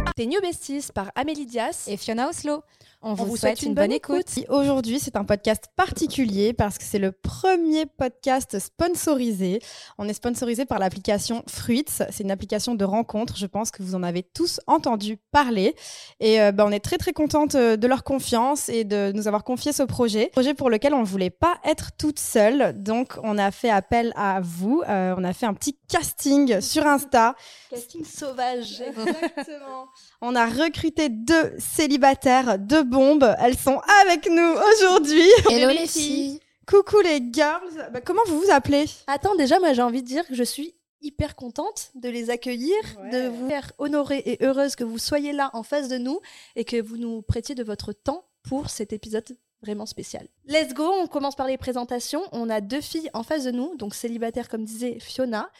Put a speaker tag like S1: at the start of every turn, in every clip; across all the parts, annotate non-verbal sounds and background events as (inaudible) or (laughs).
S1: écouter New Besties par Amélie Dias.
S2: et Fiona Oslo. On,
S1: vous souhaite une bonne
S2: écoute.
S3: Aujourd'hui, c'est un podcast particulier parce que c'est le premier podcast sponsorisé. On est sponsorisé par l'application Fruits. C'est une application de rencontre. Je pense que vous en avez tous entendu parler. Et euh, ben, on est très très contente euh, de leur confiance et de nous avoir confié ce projet. Projet pour lequel on ne voulait pas être toute seule. Donc on a fait appel à vous. Euh, on a fait un petit casting sur Insta.
S1: Casting (laughs) sauvage.
S3: Exactement. On a recruté deux célibataires, deux bombes. Elles sont avec nous aujourd'hui.
S2: Hello
S3: les
S2: les filles.
S3: Coucou les girls. Bah, comment vous vous appelez
S1: Attends, déjà, moi j'ai envie de dire que je suis hyper contente de les accueillir, de vous faire honorer et heureuse que vous soyez là en face de nous et que vous nous prêtiez de votre temps pour cet épisode vraiment spécial. Let's go, on commence par les présentations. On a deux filles en face de nous, donc célibataires comme disait Fiona.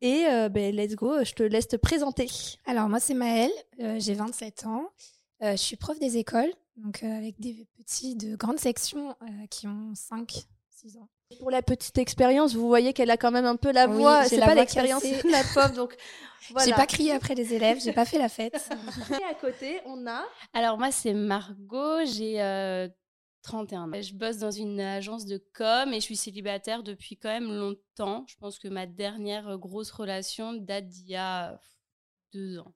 S1: Et euh, ben, let's go, je te laisse te présenter.
S4: Alors moi c'est Maëlle, euh, j'ai 27 ans, Euh, je suis prof des écoles, donc euh, avec des petits de grande section euh, qui ont 5, 6 ans.
S1: Pour la petite expérience, vous voyez qu'elle a quand même un peu la
S4: Oui,
S1: voix.
S4: j'ai
S1: C'est
S4: la
S1: pas
S4: voix
S1: l'expérience
S4: cassée.
S1: la pauvre, (laughs) donc voilà.
S4: J'ai pas crié après les élèves, j'ai pas fait la fête.
S1: Et à côté, on a
S5: Alors moi c'est Margot, j'ai euh, 31 ans. Je bosse dans une agence de com et je suis célibataire depuis quand même longtemps. Je pense que ma dernière euh, grosse relation date d'il y a deux ans.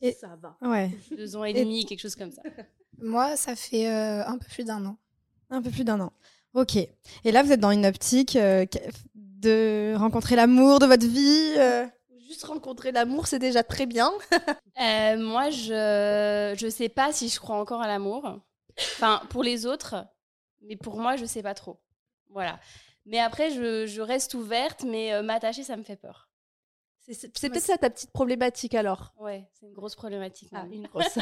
S3: Et-
S1: ça va.
S3: Ouais,
S5: Deux ans et
S3: Et-
S5: demi, quelque chose comme ça.
S4: moi ça fait euh, un peu plus d'un an.
S3: un peu plus d'un an. Ok. Et là, vous êtes dans une optique euh, de rencontrer l'amour de votre vie. (laughs) euh.
S1: Juste rencontrer l'amour, c'est déjà très bien.
S5: Euh, moi je je sais pas si je crois encore à l'amour. Enfin pour les autres, mais pour moi je sais pas trop. Voilà. Mais après je, je reste ouverte, mais euh, m'attacher ça me fait peur.
S1: C'est- C'est c'est peut-être ça ta petite problématique alors.
S5: Ouais, c'est une grosse problématique.
S1: Ah,
S5: même.
S1: une (laughs) grosse.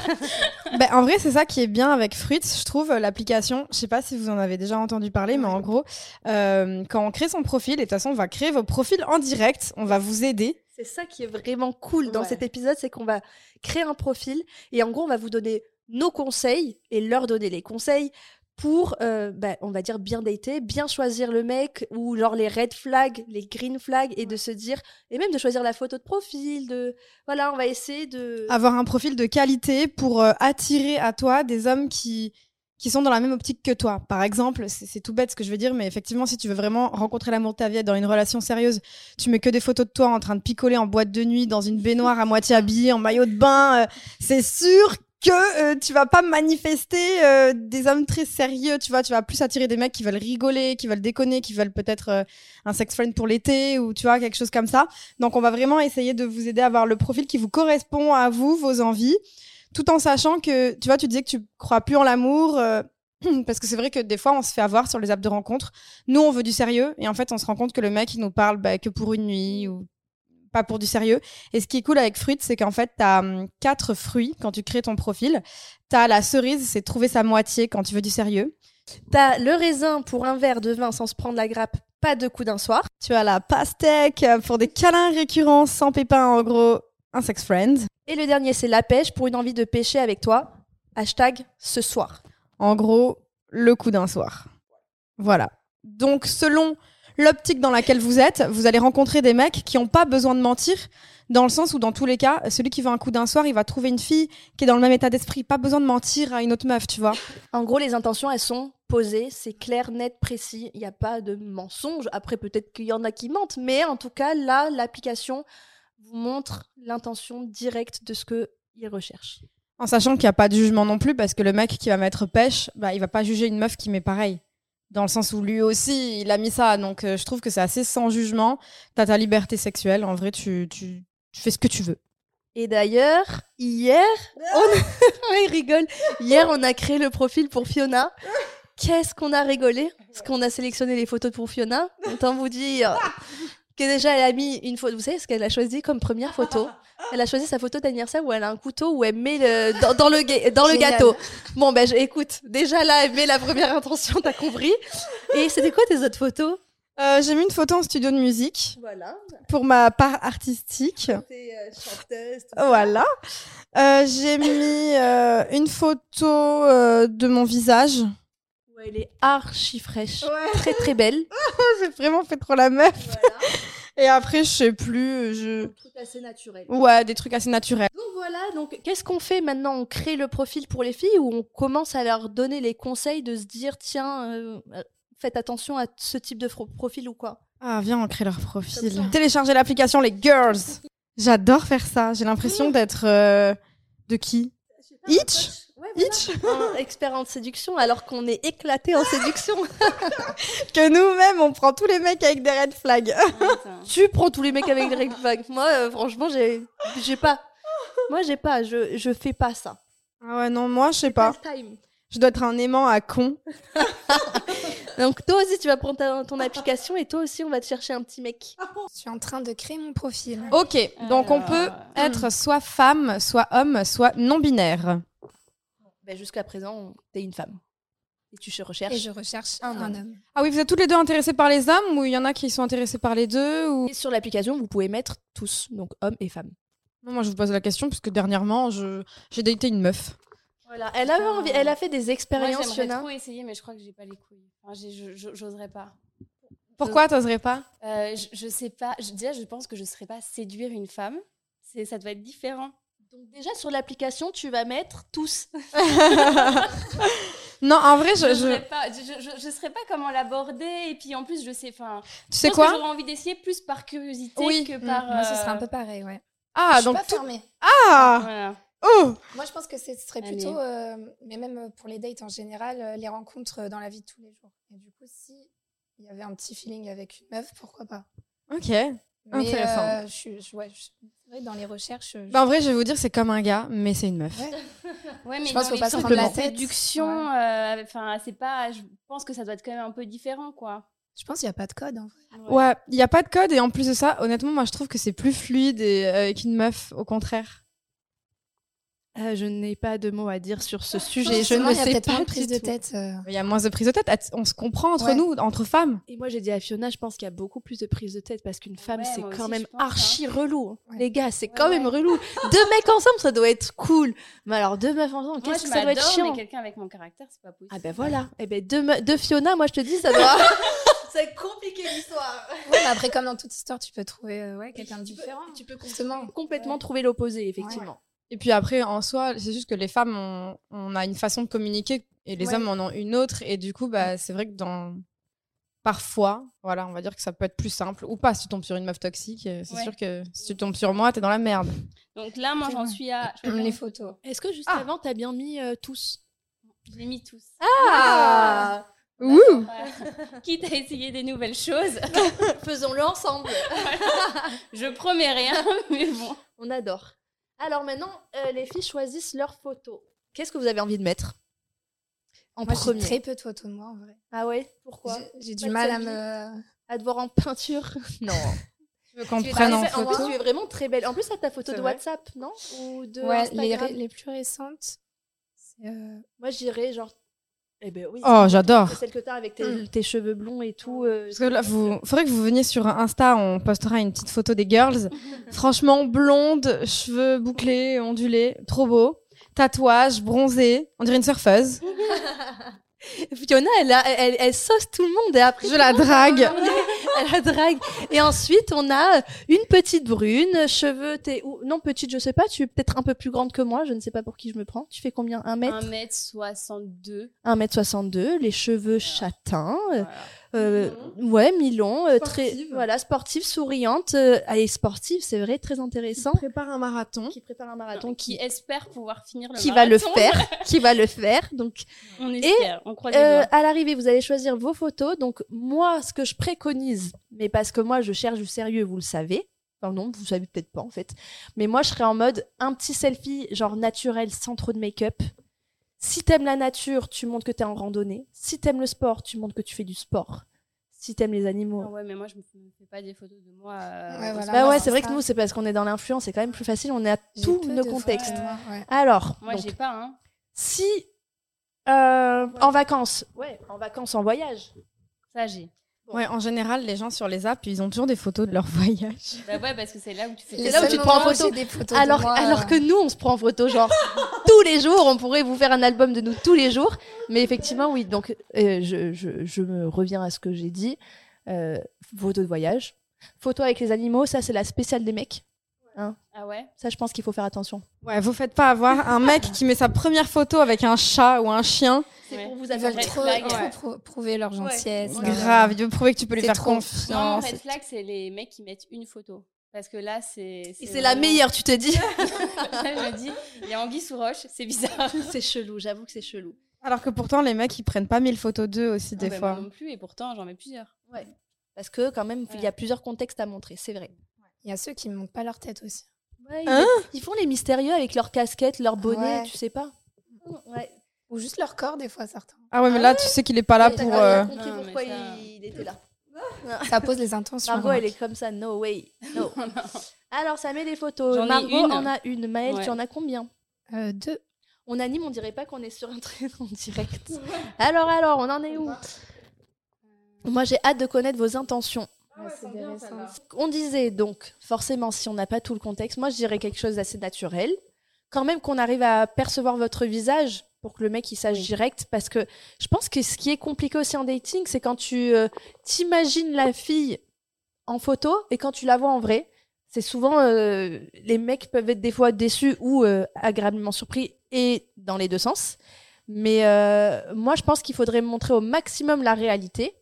S3: Ben, en vrai, c'est ça qui est bien avec Fruits, je trouve, euh, l'application. Je sais pas si vous en avez déjà entendu parler, mais en gros, euh, quand on crée son profil, et de toute façon, on va créer vos profils en direct, on va vous aider.
S1: c'est ça qui est vraiment cool dans
S5: Ouais.
S1: cet épisode, c'est qu'on va créer un profil et en gros, on va vous donner nos conseils et leur donner les conseils pour, euh, bah, on va dire, bien dater, bien choisir le mec ou genre les red flags, les green flags et de se dire, et même de choisir la photo de profil, de, voilà, on va essayer de...
S3: Avoir un profil de qualité pour euh, attirer à toi des hommes qui, qui sont dans la même optique que toi. Par exemple, c'est c'est tout bête ce que je veux dire, mais effectivement, si tu veux vraiment rencontrer l'amour de ta vie, être dans une relation sérieuse, tu mets que des photos de toi en train de picoler en boîte de nuit, dans une baignoire à moitié habillée, en maillot de bain, euh, c'est sûr que euh, tu vas pas manifester euh, des hommes très sérieux, tu vois, tu vas plus attirer des mecs qui veulent rigoler, qui veulent déconner, qui veulent peut-être euh, un sex friend pour l'été ou tu vois quelque chose comme ça. Donc on va vraiment essayer de vous aider à avoir le profil qui vous correspond à vous, vos envies, tout en sachant que tu vois, tu disais que tu crois plus en l'amour euh, (clears throat) parce que c'est vrai que des fois on se fait avoir sur les apps de rencontre. Nous on veut du sérieux et en fait on se rend compte que le mec il nous parle bah, que pour une nuit ou pas pour du sérieux. Et ce qui est cool avec Fruit, c'est qu'en fait, tu as quatre fruits quand tu crées ton profil. Tu as la cerise, c'est trouver sa moitié quand tu veux du sérieux.
S1: T'as le raisin pour un verre de vin sans se prendre la grappe, pas de coup d'un soir.
S3: Tu as la pastèque euh, pour des câlins récurrents sans pépins, en gros, un sex friend.
S1: Et le dernier, c'est la pêche pour une envie de pêcher avec toi. Hashtag ce soir.
S3: En gros, le coup d'un soir. Voilà. Donc, selon l'optique dans laquelle vous êtes, vous allez rencontrer des mecs qui n'ont pas besoin de mentir, dans le sens où, dans tous les cas, celui qui veut un coup d'un soir, il va trouver une fille qui est dans le même état d'esprit. Pas besoin de mentir à une autre meuf, tu vois.
S1: En gros, les intentions, elles sont posées, c'est clair, net, précis. Il n'y a pas de mensonge. Après, peut-être qu'il y en a qui mentent, mais en tout cas, là, l'application vous montre l'intention directe de ce que ils recherchent.
S3: En sachant qu'il n'y a pas de jugement non plus, parce que le mec qui va mettre pêche, bah, il va pas juger une meuf qui met pareil. Dans le sens où lui aussi, il a mis ça. Donc, euh, je trouve que c'est assez sans jugement. T'as ta liberté sexuelle. En vrai, tu, tu, tu fais ce que tu veux.
S1: Et d'ailleurs, hier, on... (laughs) Ouais, il rigole. Hier, on a créé le profil pour Fiona. Qu'est-ce qu'on a rigolé Parce qu'on a sélectionné les photos pour Fiona. Autant vous dire que déjà, elle a mis une photo. Vous savez ce qu'elle a choisi comme première photo Elle a choisi sa photo d'anniversaire où elle a un couteau où elle met le... dans, dans le, ga- dans le
S4: Génial.
S1: gâteau. Bon, ben, je- écoute, déjà là, elle met la première intention, t'as compris. Et c'était quoi tes autres photos
S3: Euh, J'ai mis une photo en studio de musique
S1: Voilà,
S3: pour ma part artistique.
S1: t'es euh, chanteuse.
S3: Voilà. Euh, J'ai mis euh, une photo euh, de mon visage. (laughs)
S1: elle est archi fraîche, très très belle.
S3: J'ai vraiment fait trop la meuf. Et après, je sais plus. Je...
S1: Tout assez naturel.
S3: Ouais, des trucs assez naturels.
S1: Donc voilà, donc qu'est-ce qu'on fait maintenant On crée le profil pour les filles ou on commence à leur donner les conseils de se dire tiens, euh, euh, faites attention à ce type de fro- profil ou quoi
S3: Ah, viens, on crée leur profil.
S1: Comme ça.
S3: Téléchargez l'application Les Girls. J'adore faire ça. J'ai l'impression d'être. euh, De qui Itch
S1: Ouais, voilà.
S3: Itch
S1: Un expert en séduction alors qu'on est éclaté en séduction. (laughs)
S3: Que nous-mêmes, on prend tous les mecs avec des red flags.
S5: Putain.
S1: tu prends tous les mecs avec des red flags. Moi, euh, franchement, j'ai, j'ai pas. Moi, j'ai pas. Je, je fais pas ça.
S3: Ah ouais, non, moi, je sais pas.
S1: First time.
S3: Je dois être un aimant à con.
S1: Donc toi aussi, tu vas prendre ta- ton application et toi aussi, on va te chercher un petit mec.
S4: Je suis en train de créer mon profil.
S3: Ok, (laughs) donc on
S5: Euh,
S3: peut être soit femme, soit homme, soit non-binaire.
S1: Ben, jusqu'à présent, t'es une femme. Et tu recherches.
S4: Et je recherche
S1: Un
S4: un,
S1: homme.
S4: homme.
S3: Ah oui, vous êtes toutes les deux intéressées par les hommes ou il y en a qui sont intéressés par les deux ou...
S1: Et sur l'application, vous pouvez mettre tous, donc hommes et femmes.
S3: Non, moi je vous pose la question parce que dernièrement je- j'ai daté une meuf.
S1: Voilà, elle a,
S5: Ah.
S1: envie- elle a fait des
S5: Moi,
S1: expériences,
S5: j'aimerais
S1: Fiona.
S5: trop essayer, mais je crois que j'ai pas les couilles. Enfin, j'ai- je- je- J'oserais pas.
S3: Pourquoi t'oserais pas
S5: Euh, je, je sais pas. Je, déjà, je pense que je serais pas séduire une femme. C'est, ça doit être différent.
S1: Donc déjà, sur l'application, tu vas mettre (laughs) tous.
S3: Non, en vrai, je, je-
S5: Je, saurais pas, je, je, je- je saurais pas comment l'aborder. Et puis en plus, je sais. Enfin,
S3: tu
S5: je
S3: sais
S5: pense que
S3: quoi
S5: J'aurais envie d'essayer plus par curiosité
S3: Oui.
S5: que
S3: Mm.
S5: par.
S4: Moi, ce serait un
S5: euh,
S4: peu pareil, ouais. je
S3: Ah,
S4: suis
S3: donc
S4: pas
S3: tout.
S4: fermée.
S3: Ah
S5: Voilà.
S3: Oh
S4: Moi, je pense que ce serait
S5: Allez.
S4: plutôt, euh, mais même euh, pour les dates en général, euh, les rencontres euh, dans la vie de tous les jours. Et du coup, si il y avait un petit feeling avec une meuf, pourquoi pas
S3: Ok.
S4: Mais,
S3: Intéressant.
S4: euh, je, suis- je- ouais, je suis- c'est vrai, dans les recherches, je-
S3: Bah, en vrai, je vais vous dire, c'est comme un gars, mais c'est une meuf.
S4: Ouais.
S5: Ouais, mais
S4: Je pense qu'il
S5: dans
S4: faut
S5: les
S4: pas se
S5: trucs
S4: prendre
S5: de
S4: la tête.
S5: séduction, euh, enfin, c'est pas. Je pense que ça doit être quand même un peu différent, quoi.
S4: je pense qu'il n'y a pas de code. En vrai.
S3: Ouais, il n'y a pas de code et en plus de ça, honnêtement, moi je trouve que c'est plus fluide et, euh, avec une meuf, au contraire.
S1: Euh, je n'ai pas de mots à dire sur ce
S3: sujet. Et je
S4: Justement,
S3: ne
S4: il y a
S3: sais
S4: peut-être
S3: pas
S4: moins de prise
S3: du
S4: de
S3: tout.
S4: tête. euh,
S3: Il y a moins de prise de tête, att- on se comprend entre
S4: Ouais.
S3: nous, entre femmes.
S1: Et moi, j'ai dit à Fiona, je pense qu'il y a beaucoup plus de prise de tête parce qu'une femme,
S5: Ouais,
S1: c'est
S5: moi
S1: quand
S5: aussi,
S1: même
S5: je pense, hein.
S1: archi relou. hein.
S4: Ouais.
S1: Les gars, c'est
S5: Ouais,
S1: quand même
S5: ouais.
S1: relou. deux mecs ensemble, ça doit être cool. Mais alors, deux meufs ensemble,
S5: Moi,
S1: qu'est-ce
S5: je
S1: que ça doit être
S5: m'adore,
S1: chiant
S5: mais quelqu'un avec mon caractère, c'est pas possible.
S1: Ah ben voilà. Et ben deux, me- deux Fiona, moi, je te dis, ça doit. c'est compliqué l'histoire.
S4: ouais, mais après, comme dans toute histoire, tu peux trouver euh, ouais, quelqu'un de différent.
S1: Tu peux
S4: Justement.
S1: complètement trouver l'opposé, effectivement.
S3: Et puis après, en soi, c'est juste que les femmes, on, on a une façon de communiquer et les
S4: Ouais.
S3: hommes en ont une autre. Et du coup, bah, c'est vrai que dans. Parfois, voilà, on va dire que ça peut être plus simple ou pas. Si tu tombes sur une meuf toxique, euh, c'est
S5: Ouais.
S3: sûr que si tu tombes sur moi, t'es dans la (laughs) merde.
S5: Donc là, moi,
S4: C'est
S5: j'en
S4: vrai.
S5: suis à. Je,
S4: Les photos.
S1: Est-ce que juste
S3: Ah.
S1: avant, t'as bien mis euh, tous
S5: je l'ai mis tous.
S1: Ah
S3: Ouh
S5: Ouais. (laughs) Quitte à essayer des nouvelles choses,
S1: (laughs) Faisons-le ensemble.
S5: je promets rien, mais bon.
S1: On adore. Alors maintenant, euh, les filles choisissent leurs photos. Qu'est-ce que vous avez envie de mettre En
S4: Moi, j'ai
S1: premier.
S4: très peu de photos de moi, en vrai.
S1: Ah ouais Pourquoi
S4: J'ai- J'ai
S1: Pas
S4: du
S1: de
S4: mal à
S1: selfie
S4: me.
S1: À te voir en peinture Bah, Non.
S3: Tu veux qu'on
S1: Tu
S3: te
S1: es
S3: prenne
S1: très
S3: en
S1: belle- plus,
S3: photo
S1: tu es vraiment très belle. En plus, à ta photo
S3: C'est
S1: de
S3: vrai.
S1: WhatsApp, non Ou de
S4: Ouais, les,
S1: Instagram.
S4: ré- les plus récentes, c'est euh,
S1: Moi, j'irais genre. Eh ben oui.
S3: Oh, j'adore
S1: c'est Celle que t'as avec tes,
S4: Mm.
S1: tes cheveux blonds et tout. euh,
S3: Parce que là, vous, faudrait que vous veniez sur Insta, on postera une petite photo des (laughs) girls. Franchement, blonde, cheveux bouclés, ondulés, trop beau. Tatouage, bronzé, on dirait une surfeuse.
S1: Fiona, elle, a- elle, elle sauce tout le monde et après,
S3: Je la drague.
S1: elle la drague. Et ensuite, on a euh, une petite brune, cheveux, t'es ou non petite, je sais pas. Tu es peut-être un peu plus grande que moi. Je ne sais pas pour qui je me prends. Tu fais combien Un mètre
S5: 1m62.
S1: 1m62, les cheveux châtains, euh,
S5: Voilà.
S1: euh, ouais, mi-long, euh, très
S3: Sportive.
S1: voilà, sportive, souriante, euh, allez, sportive, c'est vrai, très intéressant,
S3: prépare un marathon.
S1: qui prépare un marathon,
S5: qui
S1: qui
S5: espère pouvoir finir le
S1: qui va le
S5: marathon.
S1: faire, qui va le faire. Donc
S5: On espère, on croit les
S1: Euh,
S5: doigts.
S1: à l'arrivée, vous allez choisir vos photos. Donc, moi, ce que je préconise, mais parce que moi, je cherche du sérieux, vous le savez. Enfin, non, vous savez peut-être pas, en fait. Mais moi, je serais en mode un petit selfie, genre naturel, sans trop de make-up. Si t'aimes la nature, tu montres que t'es en randonnée. Si t'aimes le sport, tu montres que tu fais du sport. Si t'aimes les animaux.
S5: Ah ouais, mais moi, je me fais- me fais pas des photos de moi. euh,
S4: Ouais,
S5: au
S4: voilà.
S5: sport.
S1: bah
S4: moi,
S1: ouais,
S4: c'est
S1: c'est vrai que
S4: ça.
S1: nous, c'est parce qu'on est dans l'influence, c'est quand même plus facile, on est à
S4: j'ai
S1: tous
S4: peu
S1: nos
S4: de
S1: contextes.
S4: photos de moi, ouais.
S1: Alors,
S5: Moi,
S1: donc,
S5: j'ai pas, hein.
S1: si euh, en vacances, ouais, en vacances, en voyage,
S5: Ça, j'ai.
S3: Ouais, en général, les gens sur les apps, ils ont toujours des photos de leur (laughs) voyage.
S5: Bah ouais, parce que c'est là où tu fais
S4: Les
S1: là où
S4: seuls
S1: tu te prends en
S4: moments
S1: photo.
S4: j'ai des photos de
S1: Alors,
S4: moi, euh,
S1: alors que nous, on se prend en photo, genre (laughs) tous les jours, on pourrait vous faire un album de nous tous les jours. Mais effectivement, oui, donc euh, je, je- je me reviens à ce que j'ai dit. Euh, photo de voyage. Photo avec les animaux, ça c'est la spéciale des mecs.
S5: Ah ouais
S1: Ça, je pense qu'il faut faire attention.
S3: Ouais, vous faites pas avoir un mec qui met sa première photo avec un chat ou un chien.
S1: C'est
S5: Ouais.
S1: pour vous
S4: euh, Ils veulent
S1: attirer.
S4: trop,
S5: flag,
S4: trop
S5: ouais.
S4: prou- prouver leur
S1: Ouais.
S4: gentillesse.
S1: Ouais.
S4: leur-
S3: Grave, il veut prouver que tu peux lui
S4: C'est
S3: faire
S4: trop.
S5: Non,
S3: confiance.
S5: red flag, c'est les mecs qui mettent une photo. Parce que là, c'est.
S1: Et c'est la
S5: vraiment-
S1: meilleure, tu t'es dit
S5: (laughs) Là, je dis, il y a Anguille sous roche, c'est bizarre.
S1: C'est chelou, j'avoue que c'est chelou.
S3: Alors que pourtant, les mecs, ils prennent pas mille photos d'eux aussi, des
S5: Ah bah,
S3: fois.
S5: Moi non plus, et pourtant, j'en mets plusieurs.
S1: Parce que quand même, il y a plusieurs contextes à montrer, c'est vrai.
S4: Il y a ceux qui ne montent pas leur tête aussi.
S1: ils,
S3: Hein
S1: ils font les mystérieux avec leurs casquettes, leurs bonnets,
S4: Ouais.
S1: tu sais pas. Ouais.
S4: Ou juste leur corps, des fois, certains.
S3: Ah ouais, mais là, tu sais qu'il est pas là
S1: Et
S3: pour.
S1: Margot, elle a
S3: euh,
S1: compris
S5: Non, mais
S1: pourquoi
S5: ça-
S1: il était là.
S4: Ça pose les intentions.
S1: Margot, elle
S4: remarque.
S1: est comme ça, no way.
S5: (laughs)
S1: No. Alors, ça met des photos.
S5: J'en ai
S1: Margot
S5: une.
S1: en a une. Maëlle,
S5: Ouais.
S1: tu en as combien
S4: Euh, deux.
S1: On anime, on dirait pas qu'on est sur un train en
S5: (laughs)
S1: direct. Alors, alors, on en est où Moi, j'ai hâte de connaître vos intentions.
S4: Ah Ouais, c'est des récents.
S1: On disait donc, forcément, si on n'a pas tout le contexte, moi, je dirais quelque chose d'assez naturel. Quand même qu'on arrive à percevoir votre visage pour que le mec il sache direct, parce que je pense que ce qui est compliqué aussi en dating, c'est quand tu euh, t'imagines la fille en photo et quand tu la vois en vrai, c'est souvent euh, les mecs peuvent être des fois déçus ou euh, agréablement surpris et dans les deux sens. Mais euh, moi, je pense qu'il faudrait montrer au maximum la réalité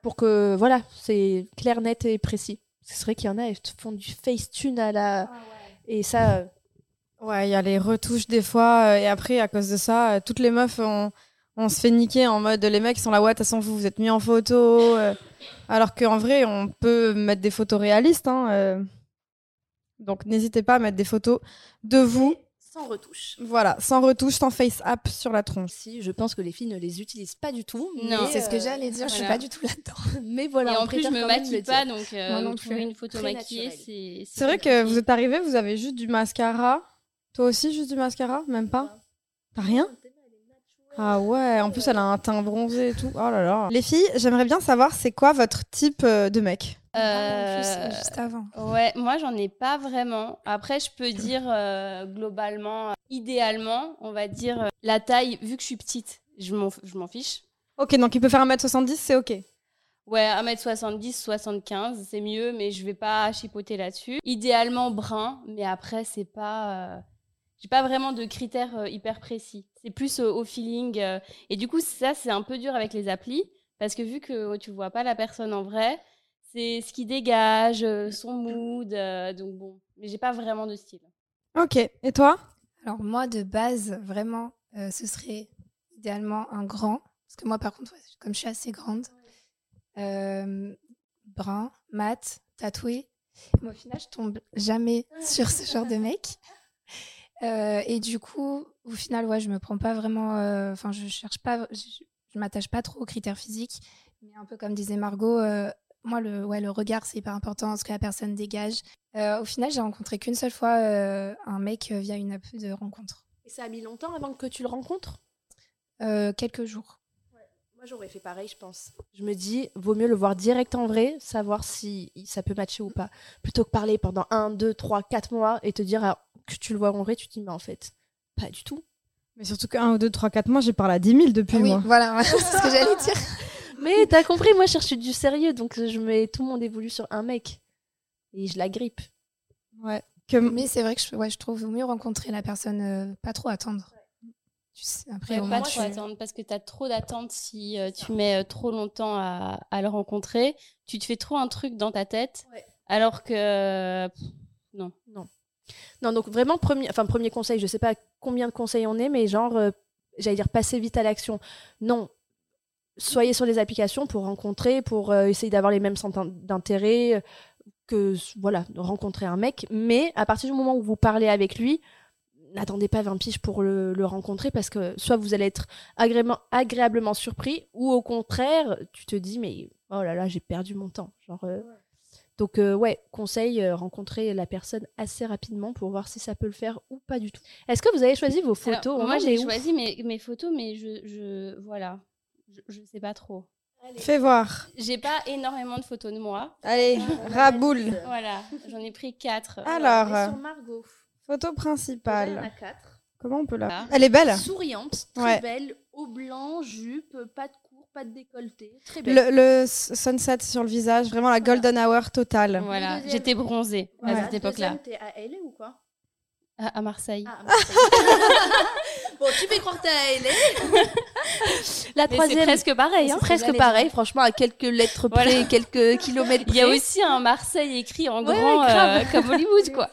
S1: pour que voilà, c'est clair, net et précis. C'est vrai qu'il y en a, elles te font du facetune à la
S5: Ah
S1: et ça. euh,
S3: Ouais, il y a les retouches des fois, euh, et après, à cause de ça, euh, toutes les meufs, on, on se fait niquer en mode les mecs ils sont là, ouais, de toute façon, vous vous êtes mis en photo. euh, alors qu'en vrai, on peut mettre des photos réalistes. hein, euh. Donc, n'hésitez pas à mettre des photos de vous,
S1: sans retouche.
S3: voilà, sans retouche, sans face-up sur la tronche.
S1: Si, je pense que les filles ne les utilisent pas du tout.
S5: Non.
S1: mais,
S4: C'est ce que
S1: euh,
S4: j'allais dire, je suis
S5: voilà.
S4: pas du tout là-dedans.
S1: (laughs) Mais voilà,
S5: et
S1: on
S5: en plus, je
S1: préfère
S5: me
S1: quand même le
S5: maquille pas,
S1: dire.
S5: donc euh,
S4: Moi non
S5: trouver
S4: plus.
S5: une photo
S1: Très
S5: maquillée,
S1: naturel.
S5: c'est.
S3: C'est vrai que vous êtes arrivés, vous avez juste du mascara. Toi aussi, juste du mascara Même pas T'as rien Ah ouais, en plus elle a un teint bronzé et tout. Oh là là. Les filles, j'aimerais bien savoir c'est quoi votre type euh, de mec
S4: Ah, en plus,
S5: Euh,
S4: c'est juste avant.
S5: Ouais, moi j'en ai pas vraiment. Après, je peux dire euh, globalement, euh, idéalement, on va dire euh, la taille, vu que je suis petite, je m'en je m'en fiche.
S3: Ok, donc il peut faire 1m70, c'est ok.
S5: Ouais, 1m70, 75, c'est mieux, mais je vais pas chipoter là-dessus. Idéalement brun, mais après, c'est pas. euh, J'ai pas vraiment de critères euh, hyper précis. C'est plus euh, au feeling. euh, et du coup, ça, c'est un peu dur avec les applis, parce que vu que tu vois pas la personne en vrai, c'est ce qui dégage, euh, son mood. euh, donc bon, mais j'ai pas vraiment de style.
S3: Ok, et toi
S4: Alors moi, de base, vraiment, euh, ce serait idéalement un grand. Parce que moi, par contre, ouais, comme je suis assez grande, euh, brun, mat, tatoué. Moi, au final, je tombe jamais sur ce genre de mec. Euh, et du coup, au final, ouais, je me prends pas vraiment. euh, Enfin, je cherche pas. Je, je m'attache pas trop aux critères physiques. Mais un peu comme disait Margot, euh, moi, le, ouais, le regard, c'est hyper important, ce que la personne dégage. Euh, au final, j'ai rencontré qu'une seule fois euh, un mec euh, via une app de rencontre.
S1: Et ça a mis longtemps avant que tu le rencontres
S4: Euh, quelques jours.
S1: Moi, j'aurais fait pareil, je pense. Je me dis, vaut mieux le voir direct en vrai, savoir si ça peut matcher ou pas, plutôt que parler pendant 1, 2, 3, 4 mois et te dire ah, que tu le vois en vrai, tu te dis, mais en fait, pas du tout.
S3: Mais surtout que 1 ou 2, 3, 4 mois, j'ai parlé à 10 000 depuis
S4: Ah oui,
S3: moi.
S4: voilà, (laughs) c'est ce que
S3: (laughs)
S4: j'allais dire.
S1: Mais t'as compris, moi, je cherche du sérieux, donc je mets tout mon dévolu sur un mec. Et je la grippe.
S3: Ouais. Que m-
S4: Mais c'est vrai que je, ouais, je trouve mieux rencontrer la personne, euh, pas trop attendre. Tu sais, après,
S5: Ouais,
S4: au
S5: pas
S4: moins,
S5: trop
S4: tu-
S5: attendre parce que tu as trop d'attentes si euh,
S1: Ah.
S5: tu mets euh, trop longtemps à, à le rencontrer. Tu te fais trop un truc dans ta tête
S1: Ouais.
S5: alors que pff, non.
S1: Non, donc vraiment, premier, enfin, premier conseil, je sais pas combien de conseils on est, mais genre, euh, j'allais dire, passez vite à l'action. Non, soyez sur les applications pour rencontrer, pour euh, essayer d'avoir les mêmes centres d'intérêt, euh, que, s- voilà, de rencontrer un mec. Mais à partir du moment où vous parlez avec lui, n'attendez pas 20 piges pour le, le rencontrer, parce que soit vous allez être agréablement, agréablement surpris, ou au contraire, tu te dis, mais oh là là, j'ai perdu mon temps. Genre, euh, donc euh, ouais, conseil, euh, rencontrer la personne assez rapidement pour voir si ça peut le faire ou pas du tout. Est-ce que vous avez choisi vos photos
S5: Alors,
S1: On
S5: moi
S1: en
S5: j'ai
S1: est où
S5: choisi mes, mes photos, mais je, je voilà, je, je sais pas trop.
S3: Fais voir.
S5: J'ai pas énormément de photos de moi.
S3: Allez, raboule.
S5: Voilà, j'en ai pris quatre.
S1: Ah.
S3: Alors, euh,
S1: Margot,
S3: photo principale.
S1: quatre.
S3: Comment on peut la...
S5: Là.
S3: Elle est belle
S1: Souriante,
S3: très Ouais.
S1: belle, haut blanc, jupe, pas de cours, pas de décolleté. Très belle.
S3: Le, le s- sunset sur le visage, vraiment la golden hour totale.
S5: Voilà,
S1: deuxième.
S5: j'étais bronzée
S1: Voilà.
S5: à cette époque-là.
S1: Deuxième, T'es à LA ou quoi
S5: À, à Marseille. (laughs)
S1: Ah, Bon, tu fais croire que t'es à hein. LA. La
S5: Mais c'est
S1: troisième.
S5: presque pareil. hein.
S1: C'est presque
S4: J'allais
S1: pareil, franchement, à quelques lettres près,
S5: Voilà.
S1: quelques kilomètres près.
S5: Il y a aussi un Marseille écrit en
S1: Ouais,
S5: grand
S1: ouais, grave.
S5: euh, comme Hollywood,
S1: (laughs)
S5: quoi.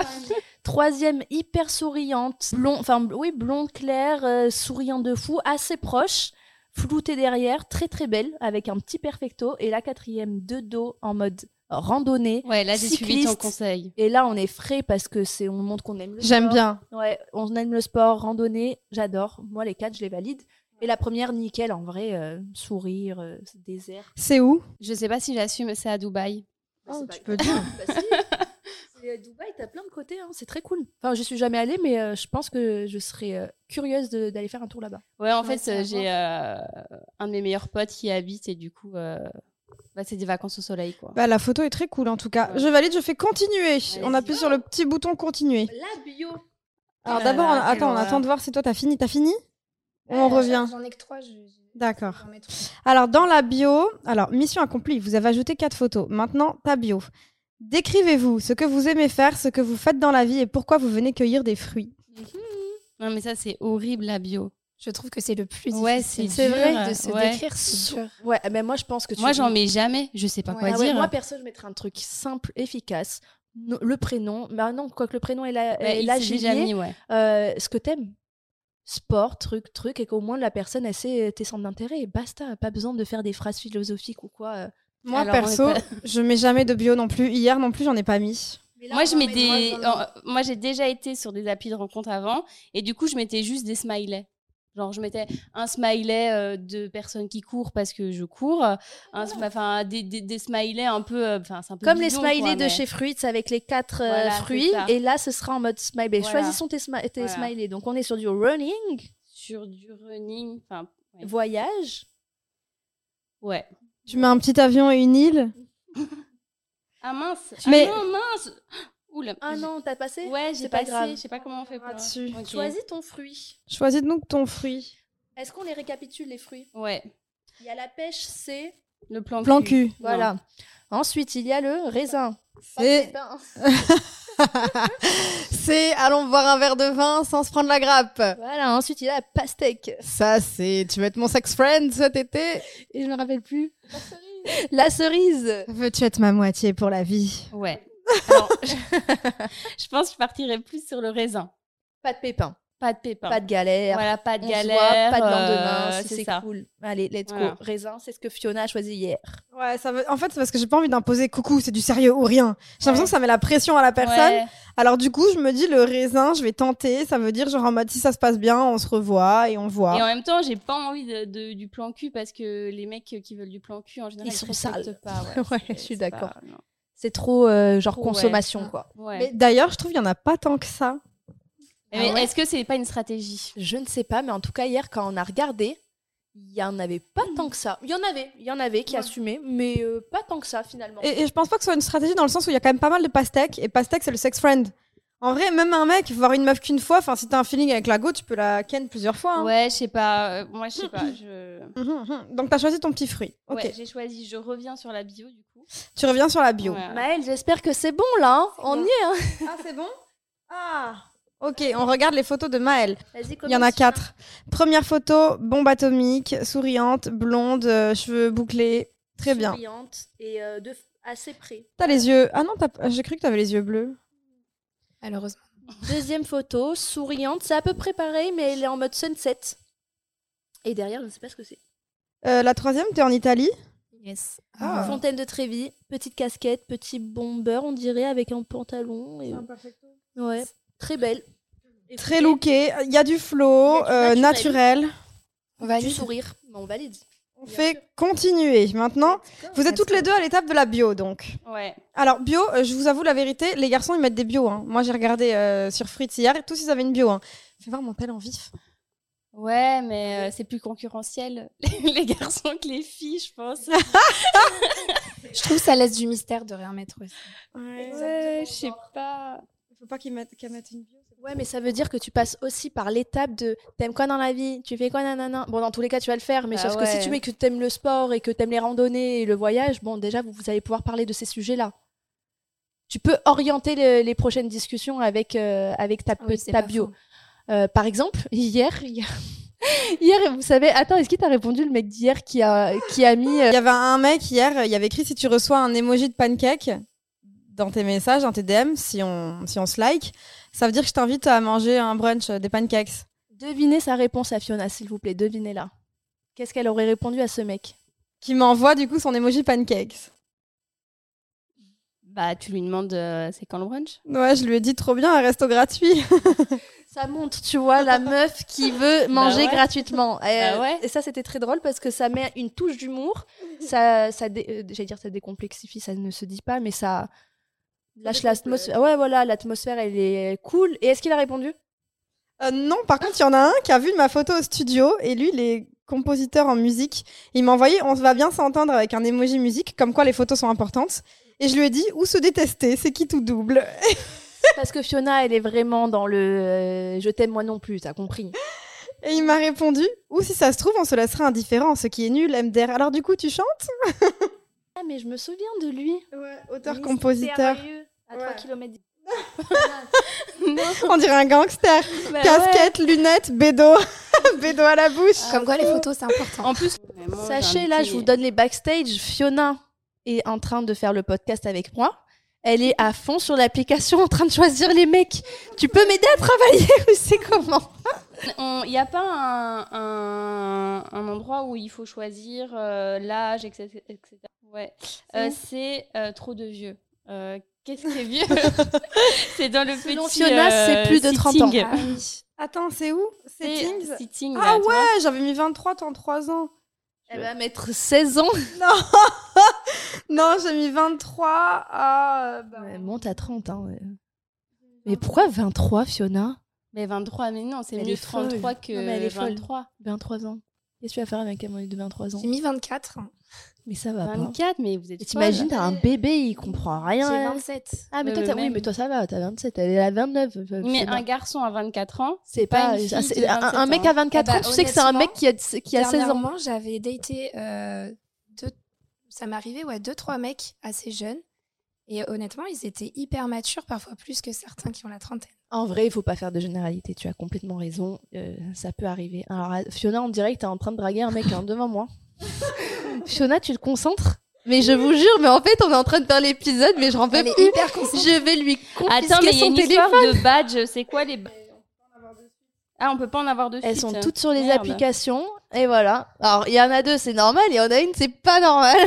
S1: Troisième, hyper souriante, blond, enfin bl- oui, blonde claire, euh, souriant de fou, assez proche, floutée derrière, très très belle, avec un petit perfecto. Et la quatrième, de dos, en mode randonnée.
S5: Ouais, là, j'ai suivi ton
S1: Cycliste.
S5: conseil.
S1: Et là, on est frais parce que c'est, on montre qu'on aime le
S3: J'aime
S1: sport.
S3: bien.
S1: Ouais, on aime le sport, randonnée, j'adore. Moi, les quatre, je les valide. Et la première, nickel, en vrai, euh, sourire, euh, désert.
S3: C'est où
S5: Je sais pas si j'assume, c'est à Dubaï.
S3: Oh,
S1: C'est
S3: tu
S1: pas-
S3: peux dire.
S1: (laughs) Bah, si. C'est, euh, Dubaï, t'as plein de côtés, hein, c'est très cool. Enfin, je suis jamais allée, mais euh, je pense que je serais euh, curieuse de- d'aller faire un tour là-bas.
S5: Ouais, en
S4: Ouais,
S5: fait,
S4: c'est à
S5: euh, j'ai euh, un de mes meilleurs potes qui y habite et du coup, euh, bah, c'est des vacances au soleil, quoi.
S3: Bah, la photo est très cool en tout cas.
S5: Ouais.
S3: Je valide, je fais continuer. On
S5: Vas-y.
S3: appuie sur le petit bouton continuer.
S1: La bio.
S3: Alors
S5: là
S3: d'abord,
S5: Ah là,
S3: on- attends, on
S5: quelle
S3: attend de voir si toi t'as fini. T'as fini
S4: Ouais,
S3: On
S4: j'en-
S3: revient.
S4: J'en ai que trois. je- je-
S3: D'accord.
S4: j'en mets trois.
S3: Alors, dans la bio, alors, mission accomplie, vous avez ajouté quatre photos. Maintenant, ta bio. Décrivez-vous ce que vous aimez faire, ce que vous faites dans la vie et pourquoi vous venez cueillir des fruits.
S5: Non, mais ça, c'est horrible, la bio.
S4: Je trouve que c'est le plus
S5: Ouais,
S4: difficile
S5: c'est dur,
S4: vrai,
S5: euh,
S4: de se
S5: ouais.
S4: décrire. C'est dur.
S1: Ouais, mais moi je pense que tu
S5: Moi, j'en mets jamais. Je sais pas
S4: Ouais.
S5: quoi
S1: Ah ouais,
S5: dire.
S1: moi perso, je mettrais un truc simple, efficace. No- le prénom, bah non, quoique le prénom est là,
S5: Ouais,
S1: est
S5: Bah, il
S1: bah, là,
S5: s'est
S1: j'ai
S5: déjà
S1: lié.
S5: mis, ouais.
S1: Euh, ce que t'aimes. Sport, truc, truc, et qu'au moins la personne elle sait euh, tes centres d'intérêt et basta, pas besoin de faire des phrases philosophiques ou quoi. euh.
S3: Moi,
S5: Alors, on est
S3: perso,
S5: pas-
S3: (laughs) je mets jamais de bio non plus. Hier non plus, j'en ai pas mis.
S5: Moi, je mets
S4: moi,
S5: des.
S4: j'en
S5: euh, Moi, j'ai déjà été sur des applis de rencontre avant, et du coup, je mettais juste des smileys. Genre, je mettais un smiley euh, de personnes qui courent parce que je cours, euh, un sm- enfin des, des, des smileys un peu, euh, enfin c'est un peu
S1: Comme les
S5: bidon,
S1: smileys
S5: quoi,
S1: de
S5: mais-
S1: chez Fruits avec les quatre euh,
S5: Voilà, c'est
S1: fruits,
S5: ça.
S1: et là ce sera en mode smiley.
S5: Voilà.
S1: Choisissons tes, smi- tes
S5: Voilà.
S1: smileys. Donc on est sur du running,
S5: sur du running, enfin Ouais.
S1: voyage.
S5: ouais.
S3: Tu mets un petit avion et une île.
S5: Ah mince,
S3: Mais-
S5: mais... ah non mince. (gasps) Oula.
S1: Ah
S5: j'ai-
S1: non, t'as passé
S5: Ouais,
S1: C'est
S5: j'ai
S1: pas
S5: passé.
S1: grave.
S5: Je sais pas comment on fait pour.
S3: Là-dessus.
S5: Ok.
S1: Choisis ton fruit.
S3: Choisis donc ton fruit.
S1: Est-ce qu'on les récapitule les fruits
S5: Ouais.
S1: Il y a la pêche, c'est
S5: Le plan.
S3: Plan cul.
S5: Non.
S1: voilà. Ensuite il y a le raisin.
S3: C'est-
S1: Pas de pépins.
S3: C'est allons boire un verre de vin sans se prendre la grappe.
S1: Voilà. Ensuite il y a la pastèque.
S3: Ça, c'est tu vas être mon sex friend cet été.
S1: Et je me rappelle plus. La cerise.
S3: Veux-tu être ma moitié pour la vie
S1: (laughs)
S5: Ouais. Alors, (laughs) je... je pense que je partirais plus sur le raisin.
S1: Pas de pépins.
S5: Pas de pépins.
S1: Pas de galère.
S5: Voilà, pas de
S1: On se
S5: galère.
S1: voit, pas de lendemain,
S5: euh,
S1: si
S5: c'est
S1: c'est
S5: ça.
S1: cool. Allez, let's
S5: Voilà.
S1: go. Raisin, c'est ce que Fiona a choisi hier.
S3: Ouais, ça veut... en fait, c'est parce que j'ai pas envie d'imposer coucou, c'est du sérieux ou rien. J'ai l'impression que ça met la pression à la personne.
S5: Ouais.
S3: Alors du coup, je me dis le raisin, je vais tenter. Ça veut dire genre en mode si ça se passe bien, on se revoit et on voit.
S5: Et
S1: Ah.
S5: en même temps, j'ai pas envie de, de- du plan cul parce que les mecs qui veulent du plan cul, en général,
S1: Ils sont
S5: te respectent
S1: sales.
S5: Pas,
S1: (laughs) Ouais,
S5: c'est-
S1: je suis
S5: c'est
S1: d'accord.
S5: pas- non.
S1: C'est trop euh, genre
S5: Trop, ouais.
S1: consommation
S4: Ah.
S1: quoi.
S5: Ouais.
S3: Mais
S5: Mais,
S3: d'ailleurs, je trouve qu'il y en a pas tant que ça.
S5: mais
S1: Ah ouais.
S5: est-ce que c'est pas une stratégie
S1: Je ne sais pas, mais en tout cas hier quand on a regardé, il y en avait pas
S3: Hmm.
S1: tant que ça. Il y en avait, il y en avait qui
S4: Ouais.
S1: assumaient, mais euh, pas tant que ça finalement.
S3: Et, et je pense pas que ce soit une stratégie dans le sens où il y a quand même pas mal de pastèques et pastèque c'est le sex friend. En vrai, même un mec, voir une meuf qu'une fois. Enfin, si t'as un feeling avec la go, tu peux la ken plusieurs fois. hein.
S5: Ouais, je sais pas. euh, moi, je
S1: (clears throat)
S5: sais pas. Je...
S3: Mhm, mhm. Donc t'as choisi ton petit fruit. Ok.
S5: Ouais, j'ai choisi. Je reviens sur la bio du coup.
S3: Tu reviens sur la bio.
S5: Ouais.
S1: Maëlle, j'espère que Euh, c'est bon là, hein. on
S3: bon.
S1: y est. hein.
S3: Ah, c'est bon Ah Ok, on regarde les photos de Maëlle.
S1: Vas-y,
S3: Il y en a quatre. Première photo, bombe atomique, souriante, blonde, euh, cheveux bouclés. Très bien.
S1: Et euh, de assez près.
S3: T'as les yeux. Ah non, t'as- j'ai cru que t'avais les yeux bleus.
S4: Malheureusement.
S1: Deuxième photo, souriante, c'est à peu près pareil, mais elle est en mode sunset. Et derrière, je ne sais pas ce que c'est.
S3: Euh, la troisième, t'es en Italie.
S4: Yes.
S3: Ah.
S4: Euh,
S1: Fontaine de Trévis, petite casquette, petit bomber, on dirait, avec un pantalon. Et... Ouais, très belle. Et
S3: Très
S1: coupée,
S3: looké. Il y a du flow,
S1: Il y a du
S3: euh, naturel.
S4: on va
S1: Du
S4: aller.
S1: sourire, Bon, on valide.
S3: On
S1: Bien
S3: fait
S1: sûr.
S3: continuer. Maintenant, vous êtes toutes les deux à l'étape de la bio, donc.
S5: Ouais.
S3: Alors, bio, euh, je vous avoue la vérité, les garçons, ils mettent des bio. hein. Moi, j'ai regardé euh, sur Fritz hier, tous ils avaient une bio. hein. Fais voir mon tel en vif.
S5: Ouais, mais euh, c'est plus concurrentiel (laughs) les garçons que les filles, je pense.
S4: Je trouve que ça laisse du mystère de rien mettre aussi.
S5: Ouais, je sais pas.
S3: Faut pas qu'ils mettent, qu'elle mette une bio.
S1: Ouais, mais ça veut dire que tu passes aussi par l'étape de t'aimes quoi dans la vie, tu fais quoi nanana. Bon, dans tous les cas, tu vas le faire,
S4: Bah
S1: mais
S5: Ah
S1: sauf que si
S5: ouais.
S1: tu mets que t'aimes le sport et que t'aimes les randonnées et le voyage, bon, déjà, vous, vous allez pouvoir parler de ces sujets-là. Tu peux orienter le- les prochaines discussions avec, euh, avec ta,
S4: Ah Oui, c'est
S1: ta
S4: pas
S1: bio.
S4: faux.
S1: Euh, par exemple, (laughs) hier, hier, hier, vous savez, attends, est-ce qu'il t'a répondu le mec d'hier qui a, qui a mis. euh,
S3: Il y avait un mec hier, il y avait écrit si tu reçois un emoji de pancake dans tes messages, dans tes DM, si on, si on se like, ça veut dire que je t'invite à manger un brunch euh, des pancakes.
S1: Devinez sa réponse à Fiona, s'il vous plaît, devinez-la. Qu'est-ce qu'elle aurait répondu à ce mec
S3: Qui m'envoie du coup son emoji pancakes.
S5: Bah, tu lui demandes euh, c'est quand le brunch
S3: Ouais, je lui ai dit trop bien, un resto gratuit. (laughs)
S1: Ça montre, tu vois, la meuf qui veut manger
S5: Bah ouais.
S1: gratuitement. Et,
S5: Bah ouais.
S1: et ça, c'était très drôle parce que ça met une touche d'humour. Ça, ça dé- euh, j'allais dire, ça décomplexifie, ça ne se dit pas, mais ça lâche l'atmosphère. Ouais, voilà, l'atmosphère, elle est cool. Et est-ce qu'il a
S5: (laughs)
S1: répondu
S3: Euh, non, par contre, il y en a un qui a vu ma photo au studio et lui, il est compositeur en musique. Il m'a envoyé on va bien s'entendre avec un emoji musique, comme quoi les photos sont importantes. Et je lui ai dit ou se détester, c'est qui tout double.
S1: Parce que Fiona, elle est vraiment dans le euh, je t'aime moi non plus, t'as compris.
S3: Et il m'a répondu ou si ça se trouve, on se laissera indifférent, ce qui est nul, MDR. Alors du coup, tu chantes
S1: Ah, mais je me souviens de lui.
S3: Ouais, auteur, compositeur.
S1: Mystérieux, À
S3: Ouais.
S1: 3 km.
S3: On dirait un gangster.
S5: Bah ouais.
S3: Casquette, lunettes, bédo. (laughs) bédo à la bouche.
S4: Comme quoi, les photos, c'est important.
S5: En plus, vraiment, j'ai
S1: Sachez,
S5: un
S1: là,
S5: petit-
S1: je vous donne les backstage. Fiona est en train de faire le podcast avec moi. Elle est à fond sur l'application en train de choisir les mecs. Tu peux m'aider à travailler (laughs) ou c'est comment
S5: Il n'y a pas un, un- un endroit où il faut choisir euh, l'âge, etc. etc. Ouais. Euh, C'est euh, trop de vieux. Euh, Qu'est-ce qui est vieux (laughs) C'est dans le
S1: Selon
S5: petit. euh,
S1: Fiona, c'est plus de 30 ans.
S5: sitting.
S4: Ah oui.
S3: Attends, c'est où C'est
S5: C'est
S3: Things
S5: sitting,
S3: Ah
S5: là, tu vois.
S3: ouais, j'avais mis 23, t'en 3 ans.
S1: Elle va mettre 16 ans.
S3: Non, j'ai mis 23 à... euh, bah,
S1: Elle monte à 30. Hein. ouais. Mais pourquoi 23, Fiona
S5: Mais 23, mais non, c'est
S1: Elle
S5: mieux
S1: est folle.
S5: 33 que
S1: Non, mais elle est folle.
S5: 23.
S1: 23 ans. Qu'est-ce que tu vas faire avec un mec de 23 ans
S4: J'ai mis 24. hein.
S1: Mais ça va pas.
S5: 24, mais vous êtes.
S1: Et t'imagines,
S5: folle.
S1: t'as un bébé, il comprend rien.
S4: J'ai 27.
S1: Ah, mais
S5: Mais
S1: toi,
S5: le
S1: t'as- oui,
S5: même.
S1: mais toi, ça va, t'as 27, elle est à 29. euh, c'est
S5: Mais
S1: pas-
S5: un garçon à 24 ans,
S1: c'est
S5: pas
S1: pas.
S5: une fille
S1: ah, c'est-
S5: de
S1: un, un
S5: 27
S1: mec
S5: ans.
S1: à 24
S4: Eh ben,
S1: ans, tu sais que c'est un mec qui a, qui a 16 ans.
S4: Dernièrement, j'avais daté euh, deux, ça m'arrivait ouais deux trois mecs assez jeunes et honnêtement ils étaient hyper matures parfois plus que certains qui ont la trentaine.
S1: En vrai, il faut pas faire de généralité, tu as complètement raison, euh, ça peut arriver. Alors, à- Fiona, en direct, t'es en train de draguer un mec hein, devant
S5: (laughs)
S1: moi. Fiona, tu te concentres Mais je vous jure, mais en fait, on est en train de faire l'épisode, mais je rentre
S4: Elle
S1: plus.
S4: est hyper concentrée.
S1: Je vais lui confisquer
S5: Attends, mais il y a
S1: son
S5: une
S1: téléphone.
S5: histoire de badge. C'est quoi les badges Ah, on peut pas en avoir de suite.
S1: Elles sont toutes sur les
S5: hein. Merde.
S1: applications, et voilà. Alors, il y en a deux, c'est normal, il y en a une, c'est pas normal.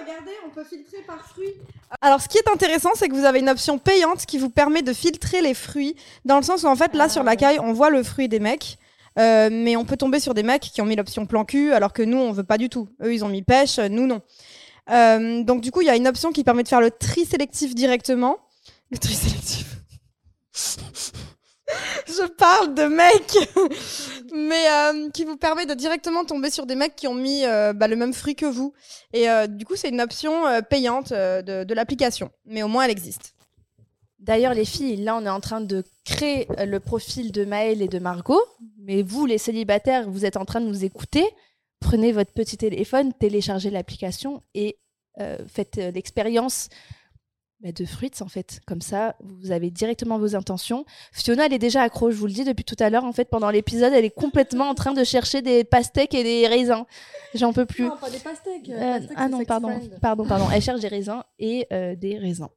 S3: Regardez, on peut filtrer par fruits. Alors, ce qui est intéressant, c'est que vous avez une option payante qui vous permet de filtrer les fruits, dans le sens où, en fait, là,
S5: Ah.
S3: sur la caille, on voit le fruit des mecs. euh, mais on peut tomber sur des mecs qui ont mis l'option plan cul, alors que nous, on veut pas du tout. Eux, ils ont mis pêche, euh, nous, non. Euh, donc, du coup, il y a une option qui permet de faire le tri sélectif directement. Le tri sélectif. (laughs) Je parle de mecs, (laughs) mais euh, qui vous permet de directement tomber sur des mecs qui ont mis euh, bah, le même fruit que vous. Et euh, du coup, c'est une option euh, payante euh, de, de l'application. Mais au moins, elle existe.
S1: D'ailleurs, les filles, là, on est en train de créer euh, le profil de Maëlle et de Margot. Mais vous, les célibataires, vous êtes en train de nous écouter. Prenez votre petit téléphone, téléchargez l'application et euh, faites euh, l'expérience bah, de Fruits, en fait. Comme ça, vous avez directement vos intentions. Fiona, elle est déjà accro, je vous le dis depuis tout à l'heure. En fait, pendant l'épisode, elle est complètement en train de chercher des pastèques et des raisins. J'en peux plus.
S2: pas des pastèques.
S1: Euh, ah non, pardon, pardon, pardon. Elle cherche des raisins et euh, des raisins.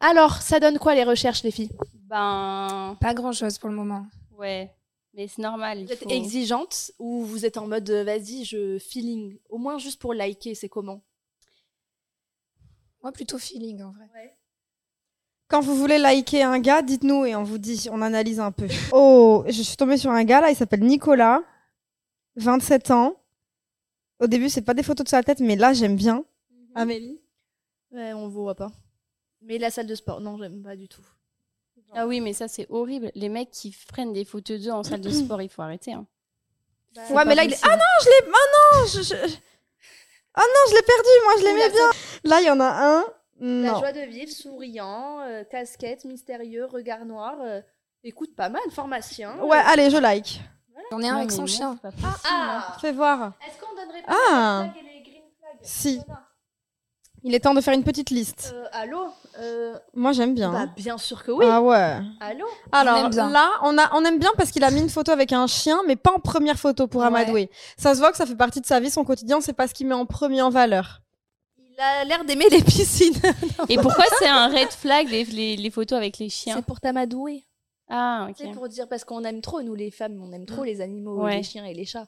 S1: Alors, ça donne quoi les recherches, les filles
S5: Ben,
S4: Pas grand chose pour le moment.
S5: ouais. Mais c'est normal. il
S1: Vous êtes
S5: faut-
S1: exigeante ou vous êtes en mode euh, vas-y, je feeling Au moins juste pour liker, c'est comment
S4: Moi plutôt feeling en vrai.
S3: Quand vous voulez liker un gars, dites-nous et on vous dit, on analyse un peu. (laughs) Oh, je suis tombée sur un gars là, il s'appelle Nicolas, 27 ans. Au début, c'est pas des photos de sa tête, mais là, j'aime bien. Amélie
S1: Ouais, on vous voit pas. Mais la salle de sport, non, j'aime pas du tout.
S5: Ah oui, mais ça, c'est horrible. Les mecs qui prennent des photos d'eux en salle de sport, il faut arrêter. hein.
S1: Bah,
S5: C'est
S3: Ouais, mais
S5: pas
S3: là, il est-
S5: possible.
S3: Je l'ai. Ah non, je. je- Ah non, je l'ai perdu. Moi, je l'aimais bien. Là, il y en a un. Non.
S1: de vivre, souriant, casquette, mystérieux, euh, regard noir. euh, Écoute, pas mal, pharmacien. Euh,
S3: Ouais, allez, je like.
S4: J'en ai un avec son chien.
S1: Ah,
S3: Fais voir.
S1: Est-ce qu'on donnerait pas
S3: Ah.
S1: les red flags et les green flags
S3: Si.
S1: Fiona
S3: Il est temps de faire une petite liste.
S1: Euh, allô Euh,
S3: Moi, j'aime bien.
S1: Bah, bien sûr que oui.
S3: Ah ouais.
S1: Allô
S3: Alors
S4: aime bien.
S3: là, on, a, on aime bien parce qu'il a mis une photo avec un chien, mais pas en première photo pour
S4: Ouais.
S3: Amadoui. Ça se voit que ça fait partie de sa vie, son quotidien, c'est pas ce qu'il met en premier en valeur.
S1: Il a l'air d'aimer les piscines.
S5: Et pourquoi c'est un red flag les, les, les photos avec les chiens
S1: C'est pour t'amadouer.
S5: Ah, ok.
S1: C'est pour dire parce qu'on aime trop, nous les femmes, on aime trop les animaux,
S5: Ouais.
S1: les chiens et les chats.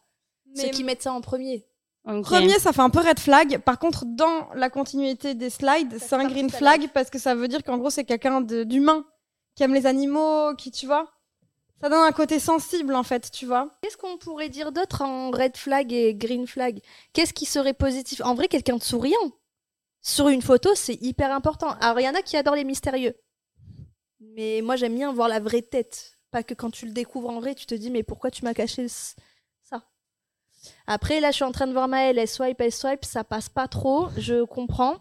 S3: Mais
S1: Ceux qui mettent ça en premier.
S5: Ok.
S3: Premier, ça fait un peu red flag. Par contre, dans la continuité des slides,
S1: fait
S3: c'est un
S1: partie
S3: green
S1: de sa
S3: flag
S1: life.
S3: parce que ça veut dire qu'en gros, c'est quelqu'un de- d'humain, qui aime les animaux, qui, tu vois. Ça donne un côté sensible, en fait, tu vois.
S1: Qu'est-ce qu'on pourrait dire d'autre en red flag et green flag Qu'est-ce qui serait positif En vrai, quelqu'un de souriant sur une photo, c'est hyper important. Alors, il y en a qui adorent les mystérieux. Mais moi, j'aime bien voir la vraie tête. Pas que quand tu le découvres en vrai, tu te dis, mais pourquoi tu m'as caché ce- ça Après, là, je suis en train de voir Maëlle, elle swipe, elle swipe, ça passe pas trop, je comprends.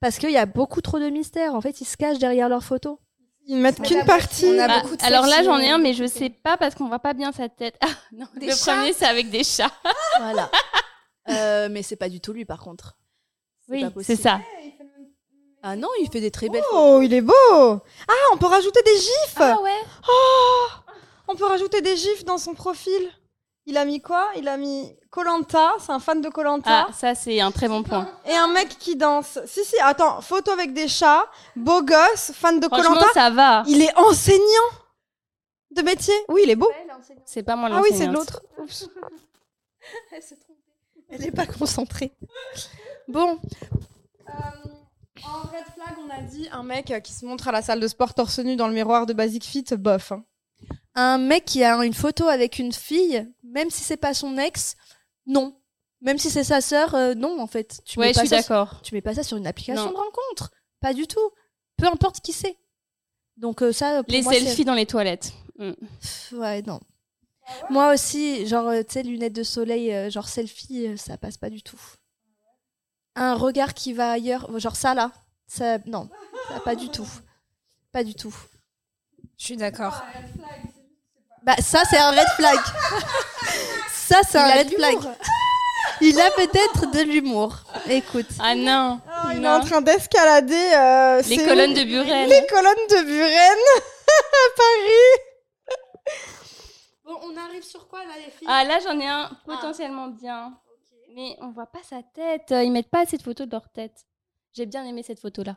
S1: Parce qu'il y a beaucoup trop de mystères. En fait, ils se cachent derrière leurs photos.
S3: Ils mettent
S4: On
S3: qu'une
S4: a-
S3: partie.
S4: on a
S5: Bah,
S4: beaucoup de
S5: alors là,
S4: selfies.
S5: j'en ai un, mais je sais pas parce qu'on voit pas bien sa tête. (laughs) Ah, non,
S4: Des
S5: le
S4: chats
S5: premier, c'est avec des chats.
S1: (laughs) Voilà. Euh, mais c'est pas du tout lui, par contre. C'est
S5: Oui,
S1: pas
S5: c'est
S1: possible.
S5: ça.
S1: Ah non, il fait des très belles
S3: Oh, il est beau Ah, on peut rajouter des gifs
S5: Ah ouais
S3: On peut rajouter des gifs dans son profil. Il a mis quoi Il a mis Colanta, c'est un fan de Colanta,
S5: Ah, ça, c'est un très bon point.
S3: et un mec qui danse. Si si, attends, photo avec des chats, beau gosse, fan de
S5: Franchement,
S3: Colanta.
S5: ça va.
S3: Il est enseignant de métier. Oui, il est beau.
S1: hein,
S5: C'est pas moi
S3: Ah oui, c'est
S5: l'enseignante.
S3: l'autre.
S5: (laughs)
S1: Elle s'est trompée. Elle n'est pas concentrée. Bon,
S3: Euh, en red flag, on a dit un mec qui se montre à la salle de sport torse nu dans le miroir de Basic Fit, bof. hein.
S1: un mec qui a une photo avec une fille, même si c'est pas son ex, non. Même si c'est sa sœur, euh, non en fait. Tu
S5: Ouais,
S1: mets
S5: je
S1: pas
S5: suis
S1: ça sur-
S5: d'accord.
S1: Tu mets pas ça sur une application
S5: Non.
S1: de rencontre, pas du tout. Peu importe qui c'est. Donc euh, ça, pour
S5: Les
S1: moi, c'est-
S5: selfies dans les toilettes. Mm.
S1: Pff, Ouais, non. Moi aussi, genre, euh, tu sais, lunettes de soleil, euh, genre selfie, euh, ça passe pas du tout. Un regard qui va ailleurs, genre ça là, ça, non, ça pas du tout. Pas du tout.
S4: Je suis d'accord.
S1: Bah, ça, c'est un red flag. ça, c'est
S4: Il
S1: un
S4: a
S1: red
S4: de
S1: flag.
S4: l'humour.
S1: Il a peut-être de l'humour. Écoute.
S5: Ah non.
S3: Ah, il est
S5: Non.
S3: en train d'escalader euh,
S5: Les
S3: c'est où
S5: colonnes de Burel.
S3: les colonnes de Buren à Paris.
S1: Bon, on arrive sur quoi là, les filles
S5: Ah là, j'en ai un potentiellement bien. Mais on voit pas sa tête. Ils mettent pas assez de photos de leur tête. J'ai bien aimé cette photo-là.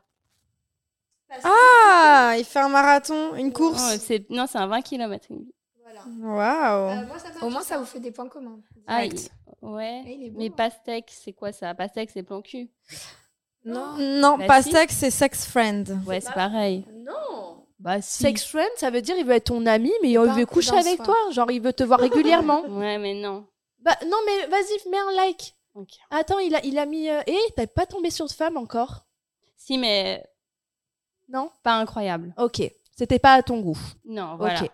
S3: Ah, il fait un marathon, une course.
S5: Oh, c'est- non, c'est un 20 km.
S4: Euh,
S1: Euh,
S3: Waouh.
S4: Au moins, ça vous fait des points communs.
S5: Ah,
S4: Direct.
S5: il- ouais.
S4: Eh, il est beau,
S5: Mais
S4: hein.
S5: pastèque, c'est quoi ça Pastèque, c'est plan cul.
S4: Non.
S3: Non,
S5: Bah,
S3: pas
S5: si.
S3: sexe, c'est sex friend.
S5: Ouais, c'est pareil.
S1: Non.
S5: Bah si.
S1: Sex friend, ça veut dire il veut être ton ami, mais il
S4: Pas
S1: veut coucher
S4: prudence,
S1: avec
S4: ouais.
S1: toi. Genre, il veut te voir régulièrement.
S5: Ouais, mais non.
S1: bah, non, mais vas-y, mets un like.
S5: Ok.
S1: Attends, il a, il a mis. Euh... Eh, t'es pas tombé sur de femme encore
S5: Si, mais
S1: Non
S5: pas incroyable.
S1: Ok. C'était pas à ton goût.
S5: Non, voilà.
S1: Ok.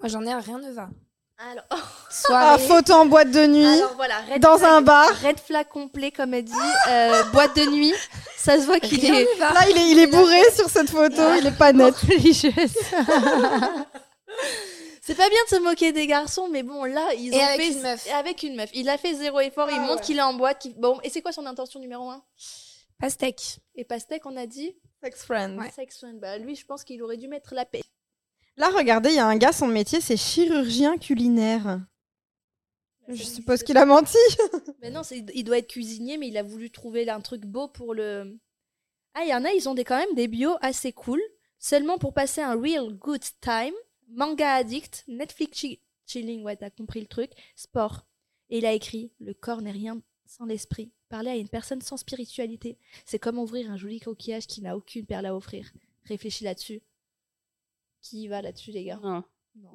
S4: Moi, j'en ai un, rien ne va.
S1: Alors,
S4: (laughs)
S3: Ah,
S1: (laughs)
S4: Soirée.
S3: photo en boîte de nuit,
S1: voilà,
S3: dans un bar.
S1: Red flag complet, comme elle dit. euh, (laughs) boîte de nuit. Ça se voit qu'il
S4: Rien
S1: est.
S4: ne va.
S3: Là, il est, il est bourré sur cette photo, il est pas net.
S1: religieuse. C'est pas bien de se moquer des garçons, mais bon, là, ils
S4: Et
S1: ont
S4: avec
S1: fait...
S4: une meuf. Ah
S1: Et Avec une meuf. Il a fait zéro effort, il montre qu'il est en boîte. qu'il- Bon, et c'est quoi son intention numéro un
S4: Pastèque.
S1: Et Pastèque, on a dit
S3: Sex friend.
S4: Ouais.
S1: Sex friend. Bah, lui, je pense qu'il aurait dû mettre la paix.
S3: Là, regardez, il y a un gars, son métier, c'est chirurgien culinaire. Je suppose qu'il a menti. (laughs)
S1: Mais Bah non, c'est- il doit être cuisinier, mais il a voulu trouver là un truc beau pour le. Ah, il y en a, ils ont des, quand même des bios assez cool. Seulement pour passer un real good time, manga addict, Netflix chi- chilling, ouais, t'as compris le truc, sport. Et il a écrit Le corps n'est rien sans l'esprit. Parler à une personne sans spiritualité, c'est comme ouvrir un joli coquillage qui n'a aucune perle à offrir. Réfléchis là-dessus. Qui y va là-dessus, les gars
S5: Non.
S4: (laughs)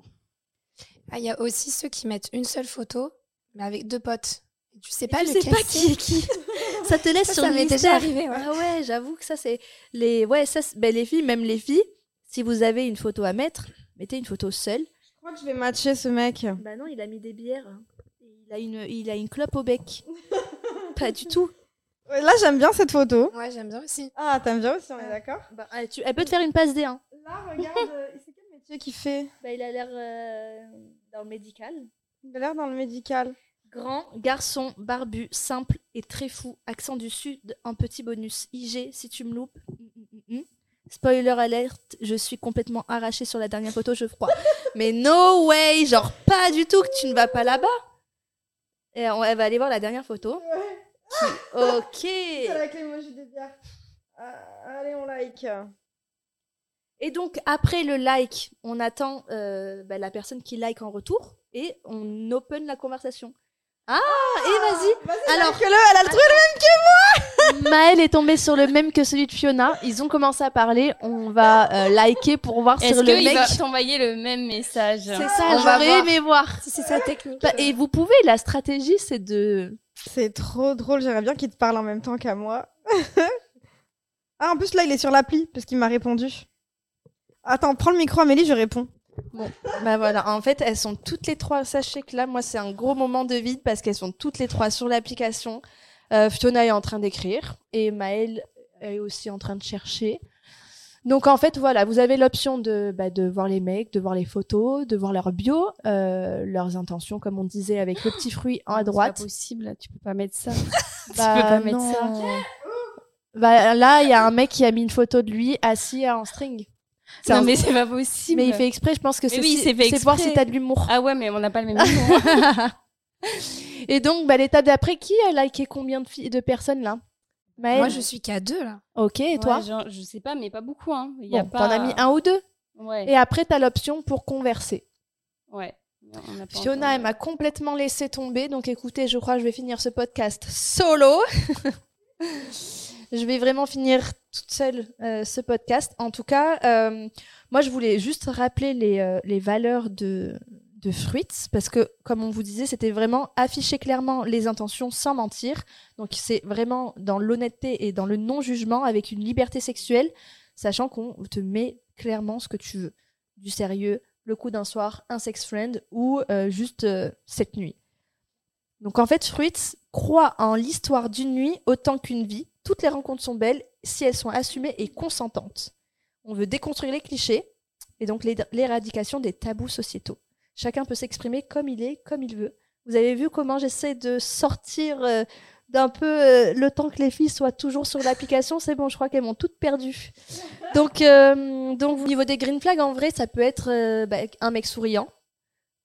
S4: Ah, il y a aussi ceux qui mettent une seule photo, mais avec deux potes. Et Tu sais
S1: Et
S4: pas
S1: tu
S4: lequel
S1: sais pas
S4: c'est.
S1: qui est
S4: (laughs)
S1: qui. Ça te laisse (laughs)
S4: Ça,
S1: sur
S4: ça
S1: le
S4: m'est déjà
S1: mystère.
S4: arrivé. ouais.
S1: Ah ouais, j'avoue que ça c'est les ouais ça c'est- ben, les filles même les filles si vous avez une photo à mettre mettez une photo seule.
S3: Je crois que je vais matcher ce mec.
S1: Bah non il a mis des bières. Il a une il a une clope au
S4: (laughs)
S1: bec. pas du tout.
S3: Ouais, Là, j'aime bien cette photo.
S4: Ouais, j'aime bien aussi. Euh,
S3: Ah, t'aimes bien aussi, on est d'accord
S1: Bah, elle, tu- elle peut te faire une passe D1.
S3: Là, regarde, c'est quel métier métier qu'il fait
S1: Bah, il a l'air euh, dans le médical.
S3: Il a l'air dans le médical.
S1: Grand, garçon, barbu, simple et très fou, accent du sud, un petit bonus IG si tu me loupes. Mm, mm, mm. Spoiler alerte, je suis complètement arrachée sur la dernière photo, je crois. Mais no way, genre pas du tout que tu ne vas pas là-bas. Et on, elle va aller voir la dernière photo. Qui- Ok.
S3: avec l'émoji des bières. Euh, allez, on like.
S1: Et donc après le like, on attend euh, bah, la personne qui like en retour et on open la conversation. Ah, et vas-y, Alors-
S3: Alors que le, elle a le truc.
S2: Maël est tombée sur le même que celui de Fiona. Ils ont commencé à parler. On va euh, liker pour voir sur
S5: Est-ce
S2: le
S5: qu'il
S2: mec.
S5: va t'envoyer le même message
S1: c'est
S2: On
S1: ça,
S2: va
S1: j'aurais aimé
S2: aimé voir.
S4: Si c'est sa technique.
S2: Bah, et vous pouvez, la stratégie, c'est de.
S3: Ah, C'est trop drôle. J'aimerais bien qu'il te parle en même temps qu'à moi. (laughs) ah, en plus là, il est sur l'appli parce qu'il m'a répondu. Attends, prends le micro, Amélie, je réponds.
S1: Bah voilà, en fait, elles sont toutes les trois. Sachez que là, moi, c'est un gros moment de vide parce qu'elles sont toutes les trois sur l'application. Euh, Fiona est en train d'écrire et Maëlle est aussi en train de chercher. Donc en fait, voilà, vous avez l'option de, bah, de voir les mecs, de voir les photos, de voir leur bio, euh, leurs intentions, comme on disait, avec le petit fruit en à
S5: C'est
S1: droite.
S5: pas possible, tu peux pas
S1: (laughs)
S5: mettre ça.
S1: Bah,
S5: tu peux pas mettre ça.
S1: non. Bah, là, il y a un mec qui a mis une photo de lui assis en string. C'est
S5: Non,
S1: un-
S5: mais c'est pas possible.
S1: mais il fait exprès, je pense que
S5: Mais
S1: c'est
S5: oui,
S1: si-
S5: c'est fait
S1: c'est voir
S5: exprès.
S1: si t'as de l'humour.
S5: Ah ouais, mais on n'a pas
S1: (laughs)
S5: le même nom.
S1: Et donc, bah, l'étape d'après, qui a liké combien de, filles, de personnes là Maëlle
S4: Moi, je suis qu'à deux là.
S1: Ok, et toi
S5: Ouais, genre, Je sais pas, mais pas beaucoup. Hein. Il y
S1: Bon,
S5: a pas...
S1: T'en as mis un ou deux.
S5: Ouais.
S1: Et après, t'as l'option pour converser.
S5: ouais. Non, on n'a pas
S1: Fiona, elle
S5: encore- euh,
S1: m'a complètement laissé tomber. Donc, écoutez, je crois que je vais finir ce podcast solo. (laughs) je vais vraiment finir toute seule euh, ce podcast. En tout cas, euh, moi, je voulais juste rappeler les, euh, les valeurs de, de Fruits, parce que, comme on vous disait, c'était vraiment afficher clairement les intentions sans mentir. Donc, c'est vraiment dans l'honnêteté et dans le non-jugement, avec une liberté sexuelle, sachant qu'on te met clairement ce que tu veux. Du sérieux, le coup d'un soir, un sex friend ou euh, juste euh, cette nuit. Donc en fait, Fruits croit en l'histoire d'une nuit autant qu'une vie. Toutes les rencontres sont belles si elles sont assumées et consentantes. On veut déconstruire les clichés et donc l'é- l'éradication des tabous sociétaux. Chacun peut s'exprimer comme il est, comme il veut. Vous avez vu comment j'essaie de sortir euh, d'un peu euh, le temps que les filles soient toujours sur l'application. C'est bon, je crois qu'elles m'ont toutes perdu. Donc, euh, donc au niveau des green flags, en vrai, ça peut être euh, bah, un mec souriant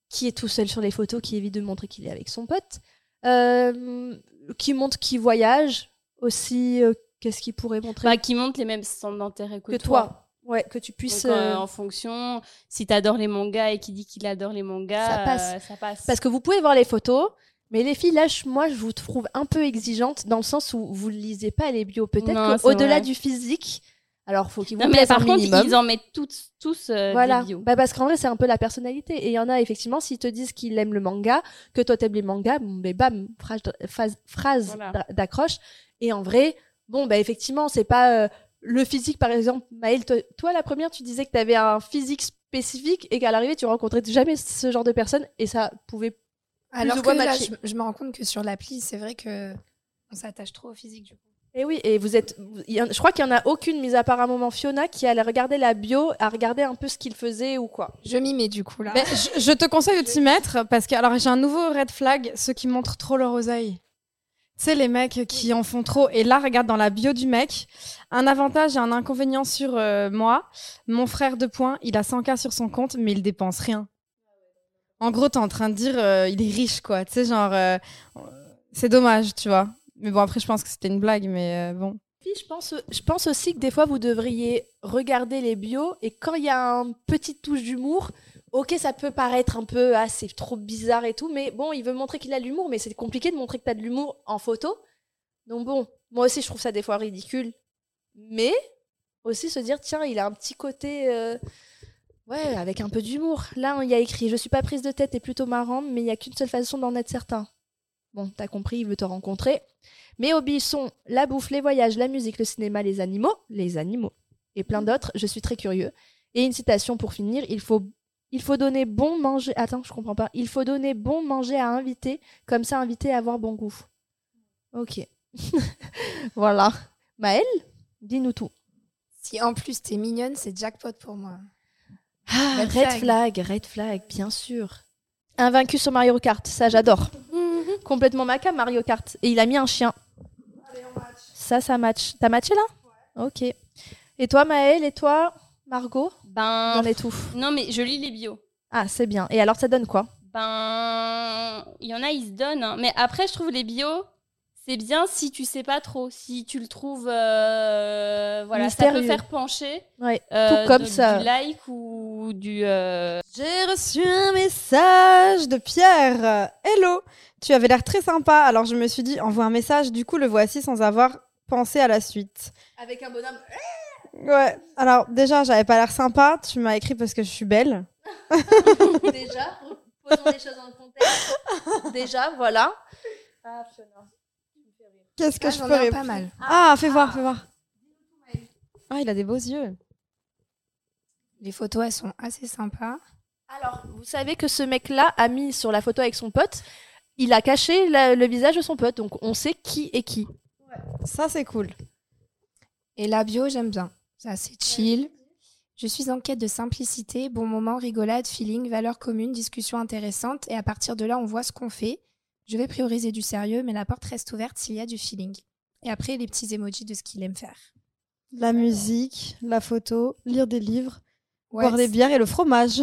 S1: qui est tout seul sur les photos, qui évite de montrer qu'il est avec son pote, euh, qui montre qu'il voyage aussi. euh, Qu'est-ce qu'il pourrait montrer
S5: Bah, qui monte les mêmes centres d'intérêt que,
S1: que toi. Ouais, que tu puisses.
S5: Donc, euh,
S1: euh,
S5: en fonction, si t'adores les mangas et qui dit qu'il adore les mangas,
S1: Ça passe.
S5: euh, ça passe.
S1: Parce que vous pouvez voir les photos, mais les filles, là, je- moi, je vous trouve un peu exigeante dans le sens où vous ne lisez pas les bios.
S5: Non,
S1: Peut-être
S5: c'est
S1: qu'au-delà
S5: vrai.
S1: du physique, alors faut qu'il vous
S5: non, mais
S1: plaise
S5: par
S1: un
S5: contre,
S1: minimum.
S5: ils en mettent tous, tous euh,
S1: voilà.
S5: des bios.
S1: Bah, parce qu'en vrai, c'est un peu la personnalité. Et il y en a, effectivement, s'ils te disent qu'ils aiment le manga, que toi, t'aimes les mangas, bon, ben, bam, phrase, phrase, phrase
S5: Voilà.
S1: d'a- d'accroche. Et en vrai, bon, bah, effectivement, c'est pas euh, le physique, par exemple. Maëlle, toi, toi, la première, tu disais que t'avais un physique spécifique et qu'à l'arrivée, tu rencontrais jamais ce genre de personne et ça pouvait ou
S4: Alors que
S1: moins
S4: là,
S1: matchés.
S4: je, je me rends compte que sur l'appli, c'est vrai que on s'attache trop au physique du coup.
S1: Et Eh oui, et vous êtes. il y en- je crois qu'il n'y en a aucune, mis à part un moment Fiona, qui allait regarder la bio, à regarder un peu ce qu'il faisait ou quoi.
S4: Je m'y mets du coup là.
S3: Mais je, je te conseille de t'y mettre parce que alors j'ai un nouveau red flag, ceux qui montrent trop leur oseille. Tu sais, les mecs qui en font trop. Et là, regarde dans la bio du mec, un avantage et un inconvénient sur euh, moi. Mon frère de points, il a 100K sur son compte, mais il dépense rien. En gros, t'es en train de dire, euh, il est riche, quoi. Tu sais, genre, euh, c'est dommage, tu vois. Mais bon, après, je pense que c'était une blague, mais euh, bon.
S1: Puis je pense, je pense aussi que des fois, vous devriez regarder les bios et quand il y a une petite touche d'humour, ok, ça peut paraître un peu, ah, c'est trop bizarre et tout, mais bon, il veut montrer qu'il a de l'humour, mais c'est compliqué de montrer que tu as de l'humour en photo. Donc bon, moi aussi, je trouve ça des fois ridicule. Mais aussi se dire, tiens, il a un petit côté, euh, ouais, avec un peu d'humour. Là, hein, il y a écrit, je suis pas prise de tête et plutôt marrant, mais il y a qu'une seule façon d'en être certain. Bon, t'as compris, il veut te rencontrer. Mais obéissons la bouffe, les voyages, la musique, le cinéma, les animaux, les animaux et plein d'autres. Je suis très curieux. Et une citation pour finir il faut, il faut donner bon manger. Attends, je comprends pas. Il faut donner bon manger à inviter, comme ça inviter à avoir bon goût. Ok. (laughs) voilà. Maëlle, dis-nous tout.
S4: Si en plus t'es mignonne, c'est jackpot pour moi.
S1: Ah, red
S4: Red flag.
S1: flag. red flag, bien sûr. Invaincu sur Mario Kart, ça j'adore. Complètement maca Mario Kart. Et il a mis un chien. Ça, ça match. T'as matché là Ok. Et toi, Maëlle, et toi, Margot
S5: Ben,
S1: On étouffe.
S5: non, mais je lis les bios.
S1: Ah, c'est bien. Et alors, ça donne quoi
S5: Ben, il y en a, ils se donnent. hein. Mais après, je trouve les bios, c'est bien si tu sais pas trop, si tu le trouves, euh, voilà, ça
S1: Mystérieux.
S5: peut faire pencher.
S1: Ouais.
S5: euh,
S1: Tout comme
S5: de-
S1: ça.
S5: Du like ou du. euh,
S3: J'ai reçu un message de Pierre. Hello, tu avais l'air très sympa, alors je me suis dit envoie un message, du coup le voici sans avoir pensé à la suite.
S6: Avec un bonhomme.
S3: Ouais, alors déjà j'avais pas l'air sympa, tu m'as écrit parce que je suis belle.
S6: Déjà, posons les choses dans le contexte.
S1: (laughs)
S6: Déjà, voilà. Ah, Fiona.
S3: Qu'est-ce que
S4: Ah,
S3: je
S4: j'en
S3: peux
S4: ai un
S3: répondre
S4: pas mal.
S3: Ah, fais voir, fais voir. Ah, il a des beaux yeux.
S4: Les photos, elles sont assez sympas.
S1: Alors, vous savez que ce mec-là a mis sur la photo avec son pote, il a caché la- le visage de son pote, donc on sait qui est qui.
S3: Ça c'est cool.
S4: Et la bio, j'aime bien. C'est assez chill. Je suis en quête de simplicité, bon moment, rigolade, feeling, valeur commune, discussion intéressante. Et à partir de là, on voit ce qu'on fait. Je vais prioriser du sérieux, mais la porte reste ouverte s'il y a du feeling. Et après, les petits emojis de ce qu'il aime faire.
S3: La musique, la photo, lire des livres,
S4: Ouais,
S3: boire des bières et le fromage.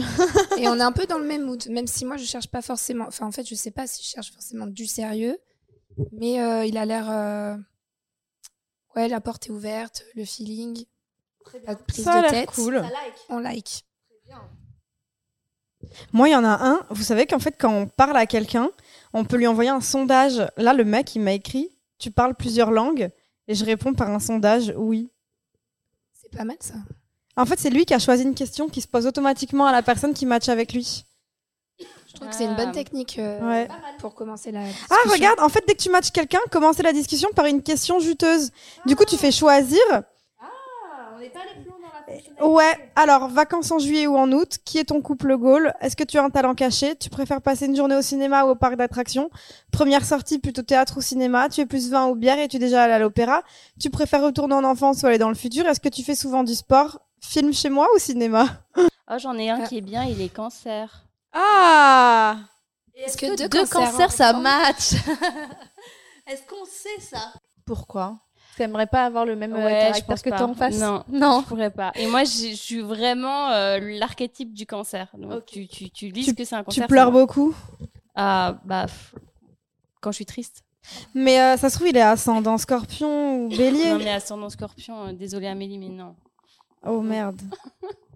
S4: Et on est un peu dans le même mood, même si moi je cherche pas forcément. Enfin, en fait, je sais pas si je cherche forcément du sérieux, mais euh, il a l'air. euh, Ouais, la porte est ouverte, le feeling, la prise
S3: Ça a
S4: de
S3: l'air
S4: tête.
S3: cool.
S4: On like.
S3: Moi, il y en a un. Vous savez qu'en fait, quand on parle à quelqu'un, on peut lui envoyer un sondage. Là, le mec, il m'a écrit Tu parles plusieurs langues Et je réponds par un sondage Oui.
S4: C'est pas mal ça.
S3: En fait, c'est lui qui a choisi une question qui se pose automatiquement à la personne qui matche avec lui.
S4: Je trouve que c'est une bonne
S5: Ah.
S4: technique euh,
S3: Ouais.
S4: pour commencer la. Discussion.
S3: Ah, regarde, en fait, dès que tu matches quelqu'un, commencer la discussion par une question juteuse. Du coup, tu fais choisir.
S6: Ah, on n'est pas les plombs dans la
S3: Ouais, alors, vacances en juillet ou en août, qui est ton couple goal Est-ce que tu as un talent caché Tu préfères passer une journée au cinéma ou au parc d'attractions Première sortie plutôt théâtre ou cinéma Tu es plus vin ou bière Es-tu déjà allé à l'opéra Tu préfères retourner en enfance ou aller dans le futur Est-ce que tu fais souvent du sport Film chez moi ou cinéma
S5: Oh, j'en ai un
S4: Ah.
S5: qui est bien, il est cancer.
S3: Ah
S4: Est-ce
S6: Est-ce
S4: que
S6: que,
S4: deux
S6: deux,
S4: cancers
S6: cancers,
S4: en
S6: ça
S4: même temps
S5: (laughs)
S6: match Est-ce qu'on sait ça
S1: Pourquoi T'aimerais pas avoir le même euh,
S5: Ouais, je
S1: caractère
S5: pense
S1: que
S5: pas.
S1: toi en face
S5: Non.
S1: Non.
S5: Je pourrais pas. Et moi, j'ai- je suis vraiment euh, l'archétype du cancer. Donc, tu, tu, tu lis
S3: Tu-
S5: ce que c'est un
S3: Tu
S5: cancer.
S3: pleures
S5: c'est moi.
S3: beaucoup
S5: Ah, bah, pff, quand je suis triste.
S3: Mais euh, ça se trouve, il est ascendant scorpion ou
S5: Non,
S3: bélier
S5: mais ascendant scorpion, euh, désolée Amélie, mais non.
S3: Oh merde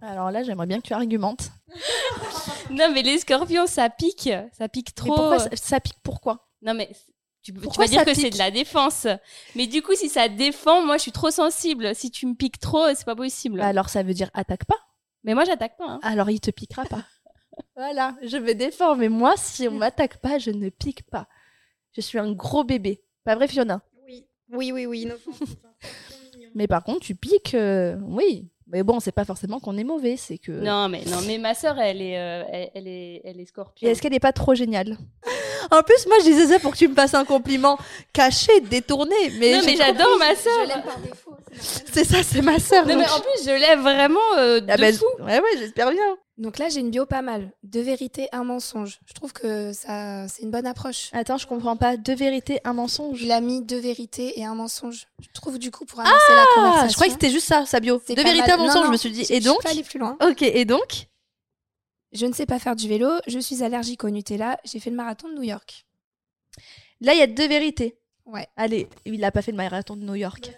S1: Alors là, j'aimerais bien que tu argumentes.
S5: Non, mais les scorpions, ça pique. Ça pique
S1: Mais
S5: trop.
S1: pourquoi ça, ça pique Pourquoi
S5: Non, mais tu, tu
S1: Pourquoi
S5: vas dire
S1: ça
S5: que
S1: pique
S5: c'est de la défense. Mais du coup, si ça défend, moi, je suis trop sensible. Si tu me piques trop, c'est pas possible.
S1: Bah Alors ça veut dire attaque pas.
S5: Mais moi, j'attaque pas. hein.
S1: Alors il te piquera pas. (laughs) voilà, je me défends, mais moi, si (laughs) on m'attaque pas, je ne pique pas. Je suis un gros bébé. Pas vrai, Fiona
S3: Oui, oui, oui.
S4: (laughs)
S1: Mais par contre, tu piques, euh, oui. Mais bon, c'est pas forcément qu'on est mauvais, c'est que.
S5: Non, mais non, mais ma sœur, elle est, euh, elle, elle est, elle est
S1: Et
S5: scorpion.
S1: est-ce qu'elle n'est pas trop géniale En plus, moi, je disais ça pour que tu me passes un compliment caché, détourné. Mais,
S5: Non,
S1: j'ai
S5: mais j'adore ma
S4: Je
S5: sœur.
S4: l'aime par défaut. c'est normal.
S1: compris. C'est ça, c'est ma sœur.
S5: Non,
S1: donc-
S5: mais en plus, je l'ai vraiment euh, de
S1: Ah ben,
S5: fou.
S1: Ouais, ouais, j'espère bien.
S4: Donc là, j'ai une bio pas mal. Deux vérités, un mensonge. Je trouve que ça, c'est une bonne approche.
S1: Attends, je comprends pas. Deux vérités, un mensonge.
S4: Il a mis deux vérités et un mensonge. Je trouve du coup pour annoncer la
S1: Ah,
S4: conversation.
S1: je croyais que c'était juste ça, sa bio.
S4: c'est
S1: Deux
S4: pas
S1: vérités,
S4: mal.
S1: un
S4: Non,
S1: mensonge,
S4: non,
S1: je me suis dit.
S4: je-
S1: Et
S4: je suis
S1: donc
S4: pas allée plus loin.
S1: Ok, et donc
S4: Je ne sais pas faire du vélo, je suis allergique au Nutella, j'ai fait le marathon de New York.
S1: Là, il y a deux vérités.
S4: Ouais.
S1: Allez, il n'a pas fait le marathon de New York.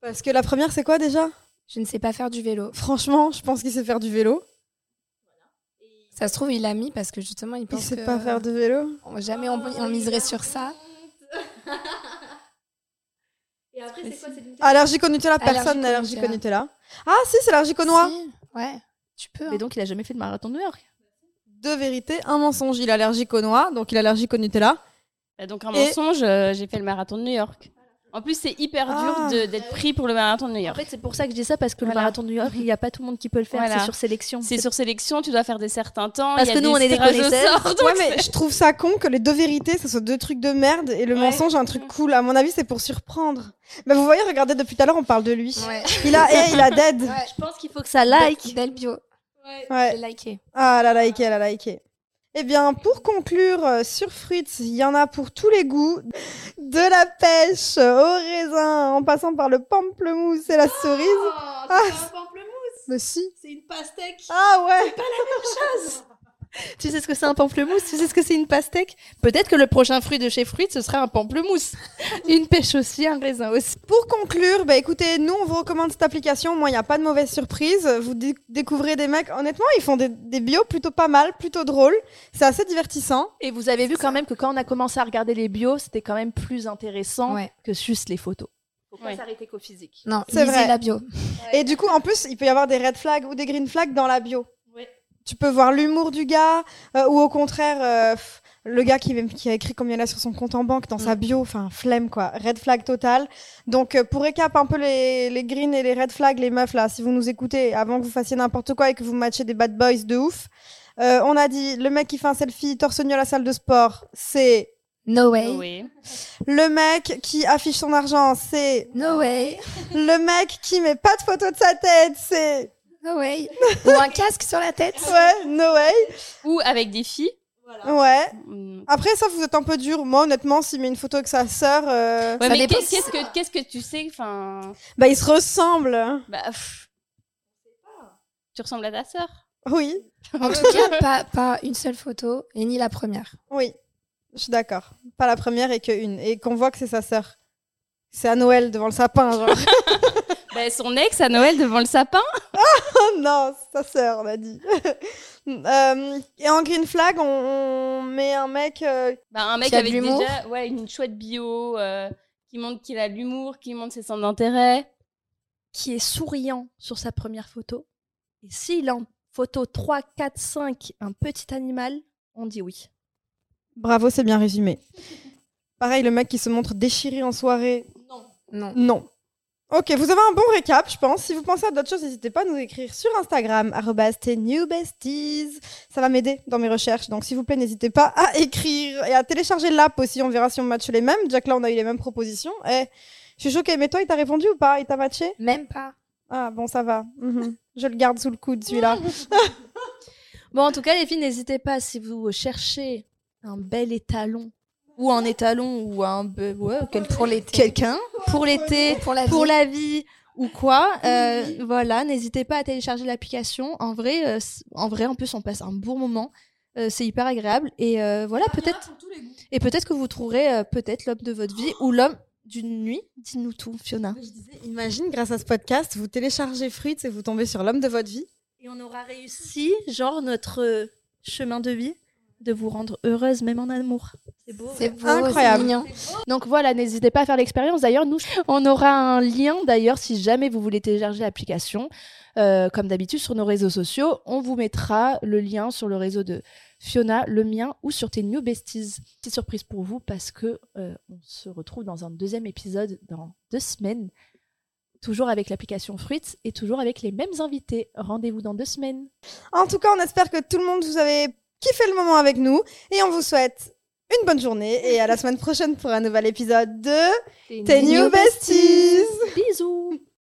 S3: Parce que la première, c'est quoi déjà
S4: Je ne sais pas faire du vélo.
S3: Franchement, je pense qu'il sait faire du vélo.
S4: Ça se trouve, il l'a mis parce que justement, il
S3: Il
S4: pense
S3: sait
S4: que
S3: pas faire de vélo.
S4: on- jamais on, on miserait sur ça.
S6: Et après, c'est quoi C'est une
S3: Allergique au Nutella, personne n'est
S4: Allergique au
S3: allergique au
S4: Nutella.
S3: Nutella. Ah si, c'est allergique au noix.
S4: Si, ouais, tu peux.
S1: Mais
S4: hein.
S1: donc, il a jamais fait le marathon de New York.
S3: Deux vérités, un mensonge. Il est allergique au noix, donc il est allergique au Nutella.
S5: Bah, Donc, un
S3: Et-
S5: mensonge, euh, j'ai fait le marathon de New York. En plus, c'est hyper
S3: Ah.
S5: dur de- d'être pris pour le marathon de New
S1: En
S5: York.
S1: fait, c'est pour ça que je dis ça, parce que le
S5: Voilà.
S1: marathon de New York, il n'y a pas tout le monde qui peut le faire.
S5: Voilà.
S1: C'est sur sélection.
S5: C'est sur sélection, tu dois faire des certains temps.
S1: Parce
S5: il y a
S1: que nous, on est des
S5: tirages
S1: (laughs)
S5: au
S1: connaisseurs.
S5: sort, donc
S3: ouais, mais je trouve ça con que les deux vérités, ce soit deux trucs de merde et le
S5: Ouais.
S3: mensonge un truc cool. À mon avis, c'est pour surprendre. Mais vous voyez, regardez depuis tout à l'heure, on parle de lui.
S4: hein. Ouais.
S3: Il a, eh, il a dead.
S4: Ouais.
S1: Je pense qu'il faut que ça (laughs) like. Euh,
S4: Belle bio.
S3: Ouais.
S4: J'ai liké.
S3: Ah, elle a liké, elle a liké. Eh bien, pour conclure euh, sur Fruits, il y en a pour tous les goûts. De la pêche au raisin, en passant par le pamplemousse et la cerise.
S7: Oh, c'est
S3: Ah,
S7: pas un pamplemousse,
S3: Mais si.
S7: c'est une pastèque.
S3: Ah ouais
S7: Bah, Tu sais ce que c'est un pamplemousse Tu sais ce que c'est une pastèque Peut-être que le prochain fruit de chez Fruits, ce sera un
S1: (laughs)
S7: pamplemousse. une pêche aussi, un raisin aussi.
S3: Pour conclure, bah écoutez, nous on vous recommande cette application. Moi, il n'y a pas de mauvaise surprise. Vous dé- découvrez des mecs. Honnêtement, ils font des, des bios plutôt pas mal, plutôt drôles. C'est assez divertissant.
S1: Et vous avez vu quand même que quand on a commencé à regarder les bios, c'était quand même plus intéressant
S4: Ouais.
S1: que juste les photos. Faut
S5: pas Ouais.
S1: s'arrêter qu'au physique.
S4: Non,
S3: C'est
S4: lisez
S3: vrai.
S4: la bio.
S3: Et du coup, en plus, il peut y avoir des red flags ou des green flags dans la bio.
S5: Ouais.
S3: Tu peux voir l'humour du gars, euh, ou au contraire, euh, pff, le gars qui, qui a écrit combien il a sur son compte en banque dans sa bio, enfin, flemme quoi, red flag total. Donc, euh, pour récap un peu les, les green et les red flags, les meufs là, si vous nous écoutez, avant que vous fassiez n'importe quoi et que vous matchiez des bad boys de ouf, euh, on a dit le mec qui fait un selfie torse nu à la salle de sport, c'est.
S4: No
S1: (laughs)
S4: way.
S5: Oui.
S3: Le mec qui affiche son argent, c'est.
S4: No way.
S3: Le mec qui met pas de photo de sa tête, c'est.
S4: No way. Ou un casque sur la tête.
S3: Ouais, no way.
S5: Ou avec des filles.
S3: Ouais.
S5: Mm.
S3: Après, ça, vous êtes un peu dur. Moi, honnêtement, s'il met une photo avec sa sœur, euh,
S4: Ça
S5: Ouais, mais
S4: dépend
S5: qu'est-
S4: si-
S5: qu'est-ce que qu'est-ce que tu sais Enfin,
S3: bah, ils se hein. ressemblent.
S5: bah, pff. tu ressembles à ta sœur.
S3: Oui,
S5: (laughs)
S4: En tout cas, pas, pas une seule photo et ni la première.
S3: oui. Je suis d'accord. Pas la première et qu'une. Et qu'on voit que c'est sa sœur. C'est à Noël devant le sapin, (laughs) genre.
S5: Bah, son ex à Noël devant le sapin.
S3: oh non, c'est sa sœur, on a dit. (laughs) Euh, et en green flag, on, on met un mec. euh,
S5: Bah, un mec
S4: Qui a de
S5: avec
S4: l'humour.
S5: déjà ouais, une chouette bio euh, qui montre qu'il a de l'humour, qui montre ses centres d'intérêt.
S1: Qui est souriant sur sa première photo. Et s'il a en photo 3, 4, 5, un petit animal, on dit oui.
S3: Bravo, c'est bien résumé. Pareil, le mec qui se montre déchiré en soirée.
S4: Non.
S3: Non. Ok, vous avez un bon récap, je pense. Si vous pensez à d'autres choses, n'hésitez pas à nous écrire sur Instagram, arrobas tes new besties. Ça va m'aider dans mes recherches. Donc, s'il vous plaît, n'hésitez pas à écrire et à télécharger l'app aussi. On verra si on match les mêmes. Jack, là, on a eu les mêmes propositions. Eh, je suis choquée, mais toi, il t'a répondu ou pas Il t'a matché
S4: Même pas.
S3: Ah, bon, ça va. Mhm. Je le garde sous le coude, celui-là.
S1: Bon, en tout cas, les filles, n'hésitez pas si vous cherchez un bel étalon ou un étalon ou un be- ouais, quel-
S4: Pour l'été.
S1: quelqu'un pour l'été,
S4: Pour la
S1: pour
S4: vie.
S1: la vie ou quoi. euh, Voilà, n'hésitez pas à télécharger l'application. En vrai, euh, c- en vrai, en plus, on passe un bon moment. Euh, c'est hyper agréable et euh, voilà
S4: Ah,
S1: peut-être et peut-être que vous trouverez euh, peut-être l'homme de votre vie ou l'homme d'une nuit dis-nous tout Fiona
S3: Je disais, imagine, grâce à ce podcast, vous téléchargez Fruits et vous tombez sur l'homme de votre vie.
S1: et on aura réussi genre notre euh, chemin de vie de vous rendre heureuse même en amour c'est beau
S4: C'est beau,
S3: Incroyable.
S4: c'est mignon.
S1: Donc voilà, n'hésitez pas à faire l'expérience. D'ailleurs, nous, on aura un lien, d'ailleurs, si jamais vous voulez télécharger l'application, euh, comme d'habitude, sur nos réseaux sociaux. On vous mettra le lien sur le réseau de Fiona, le mien, ou sur tes new besties. Petite surprise pour vous, parce que euh, on se retrouve dans un deuxième épisode dans deux semaines, toujours avec l'application Fruits et toujours avec les mêmes invités. Rendez-vous dans deux semaines.
S3: En tout cas, on espère que tout le monde vous avez kiffé le moment avec nous et on vous souhaite une bonne journée et à la semaine prochaine pour un nouvel épisode de Tes New Besties.
S1: Bisous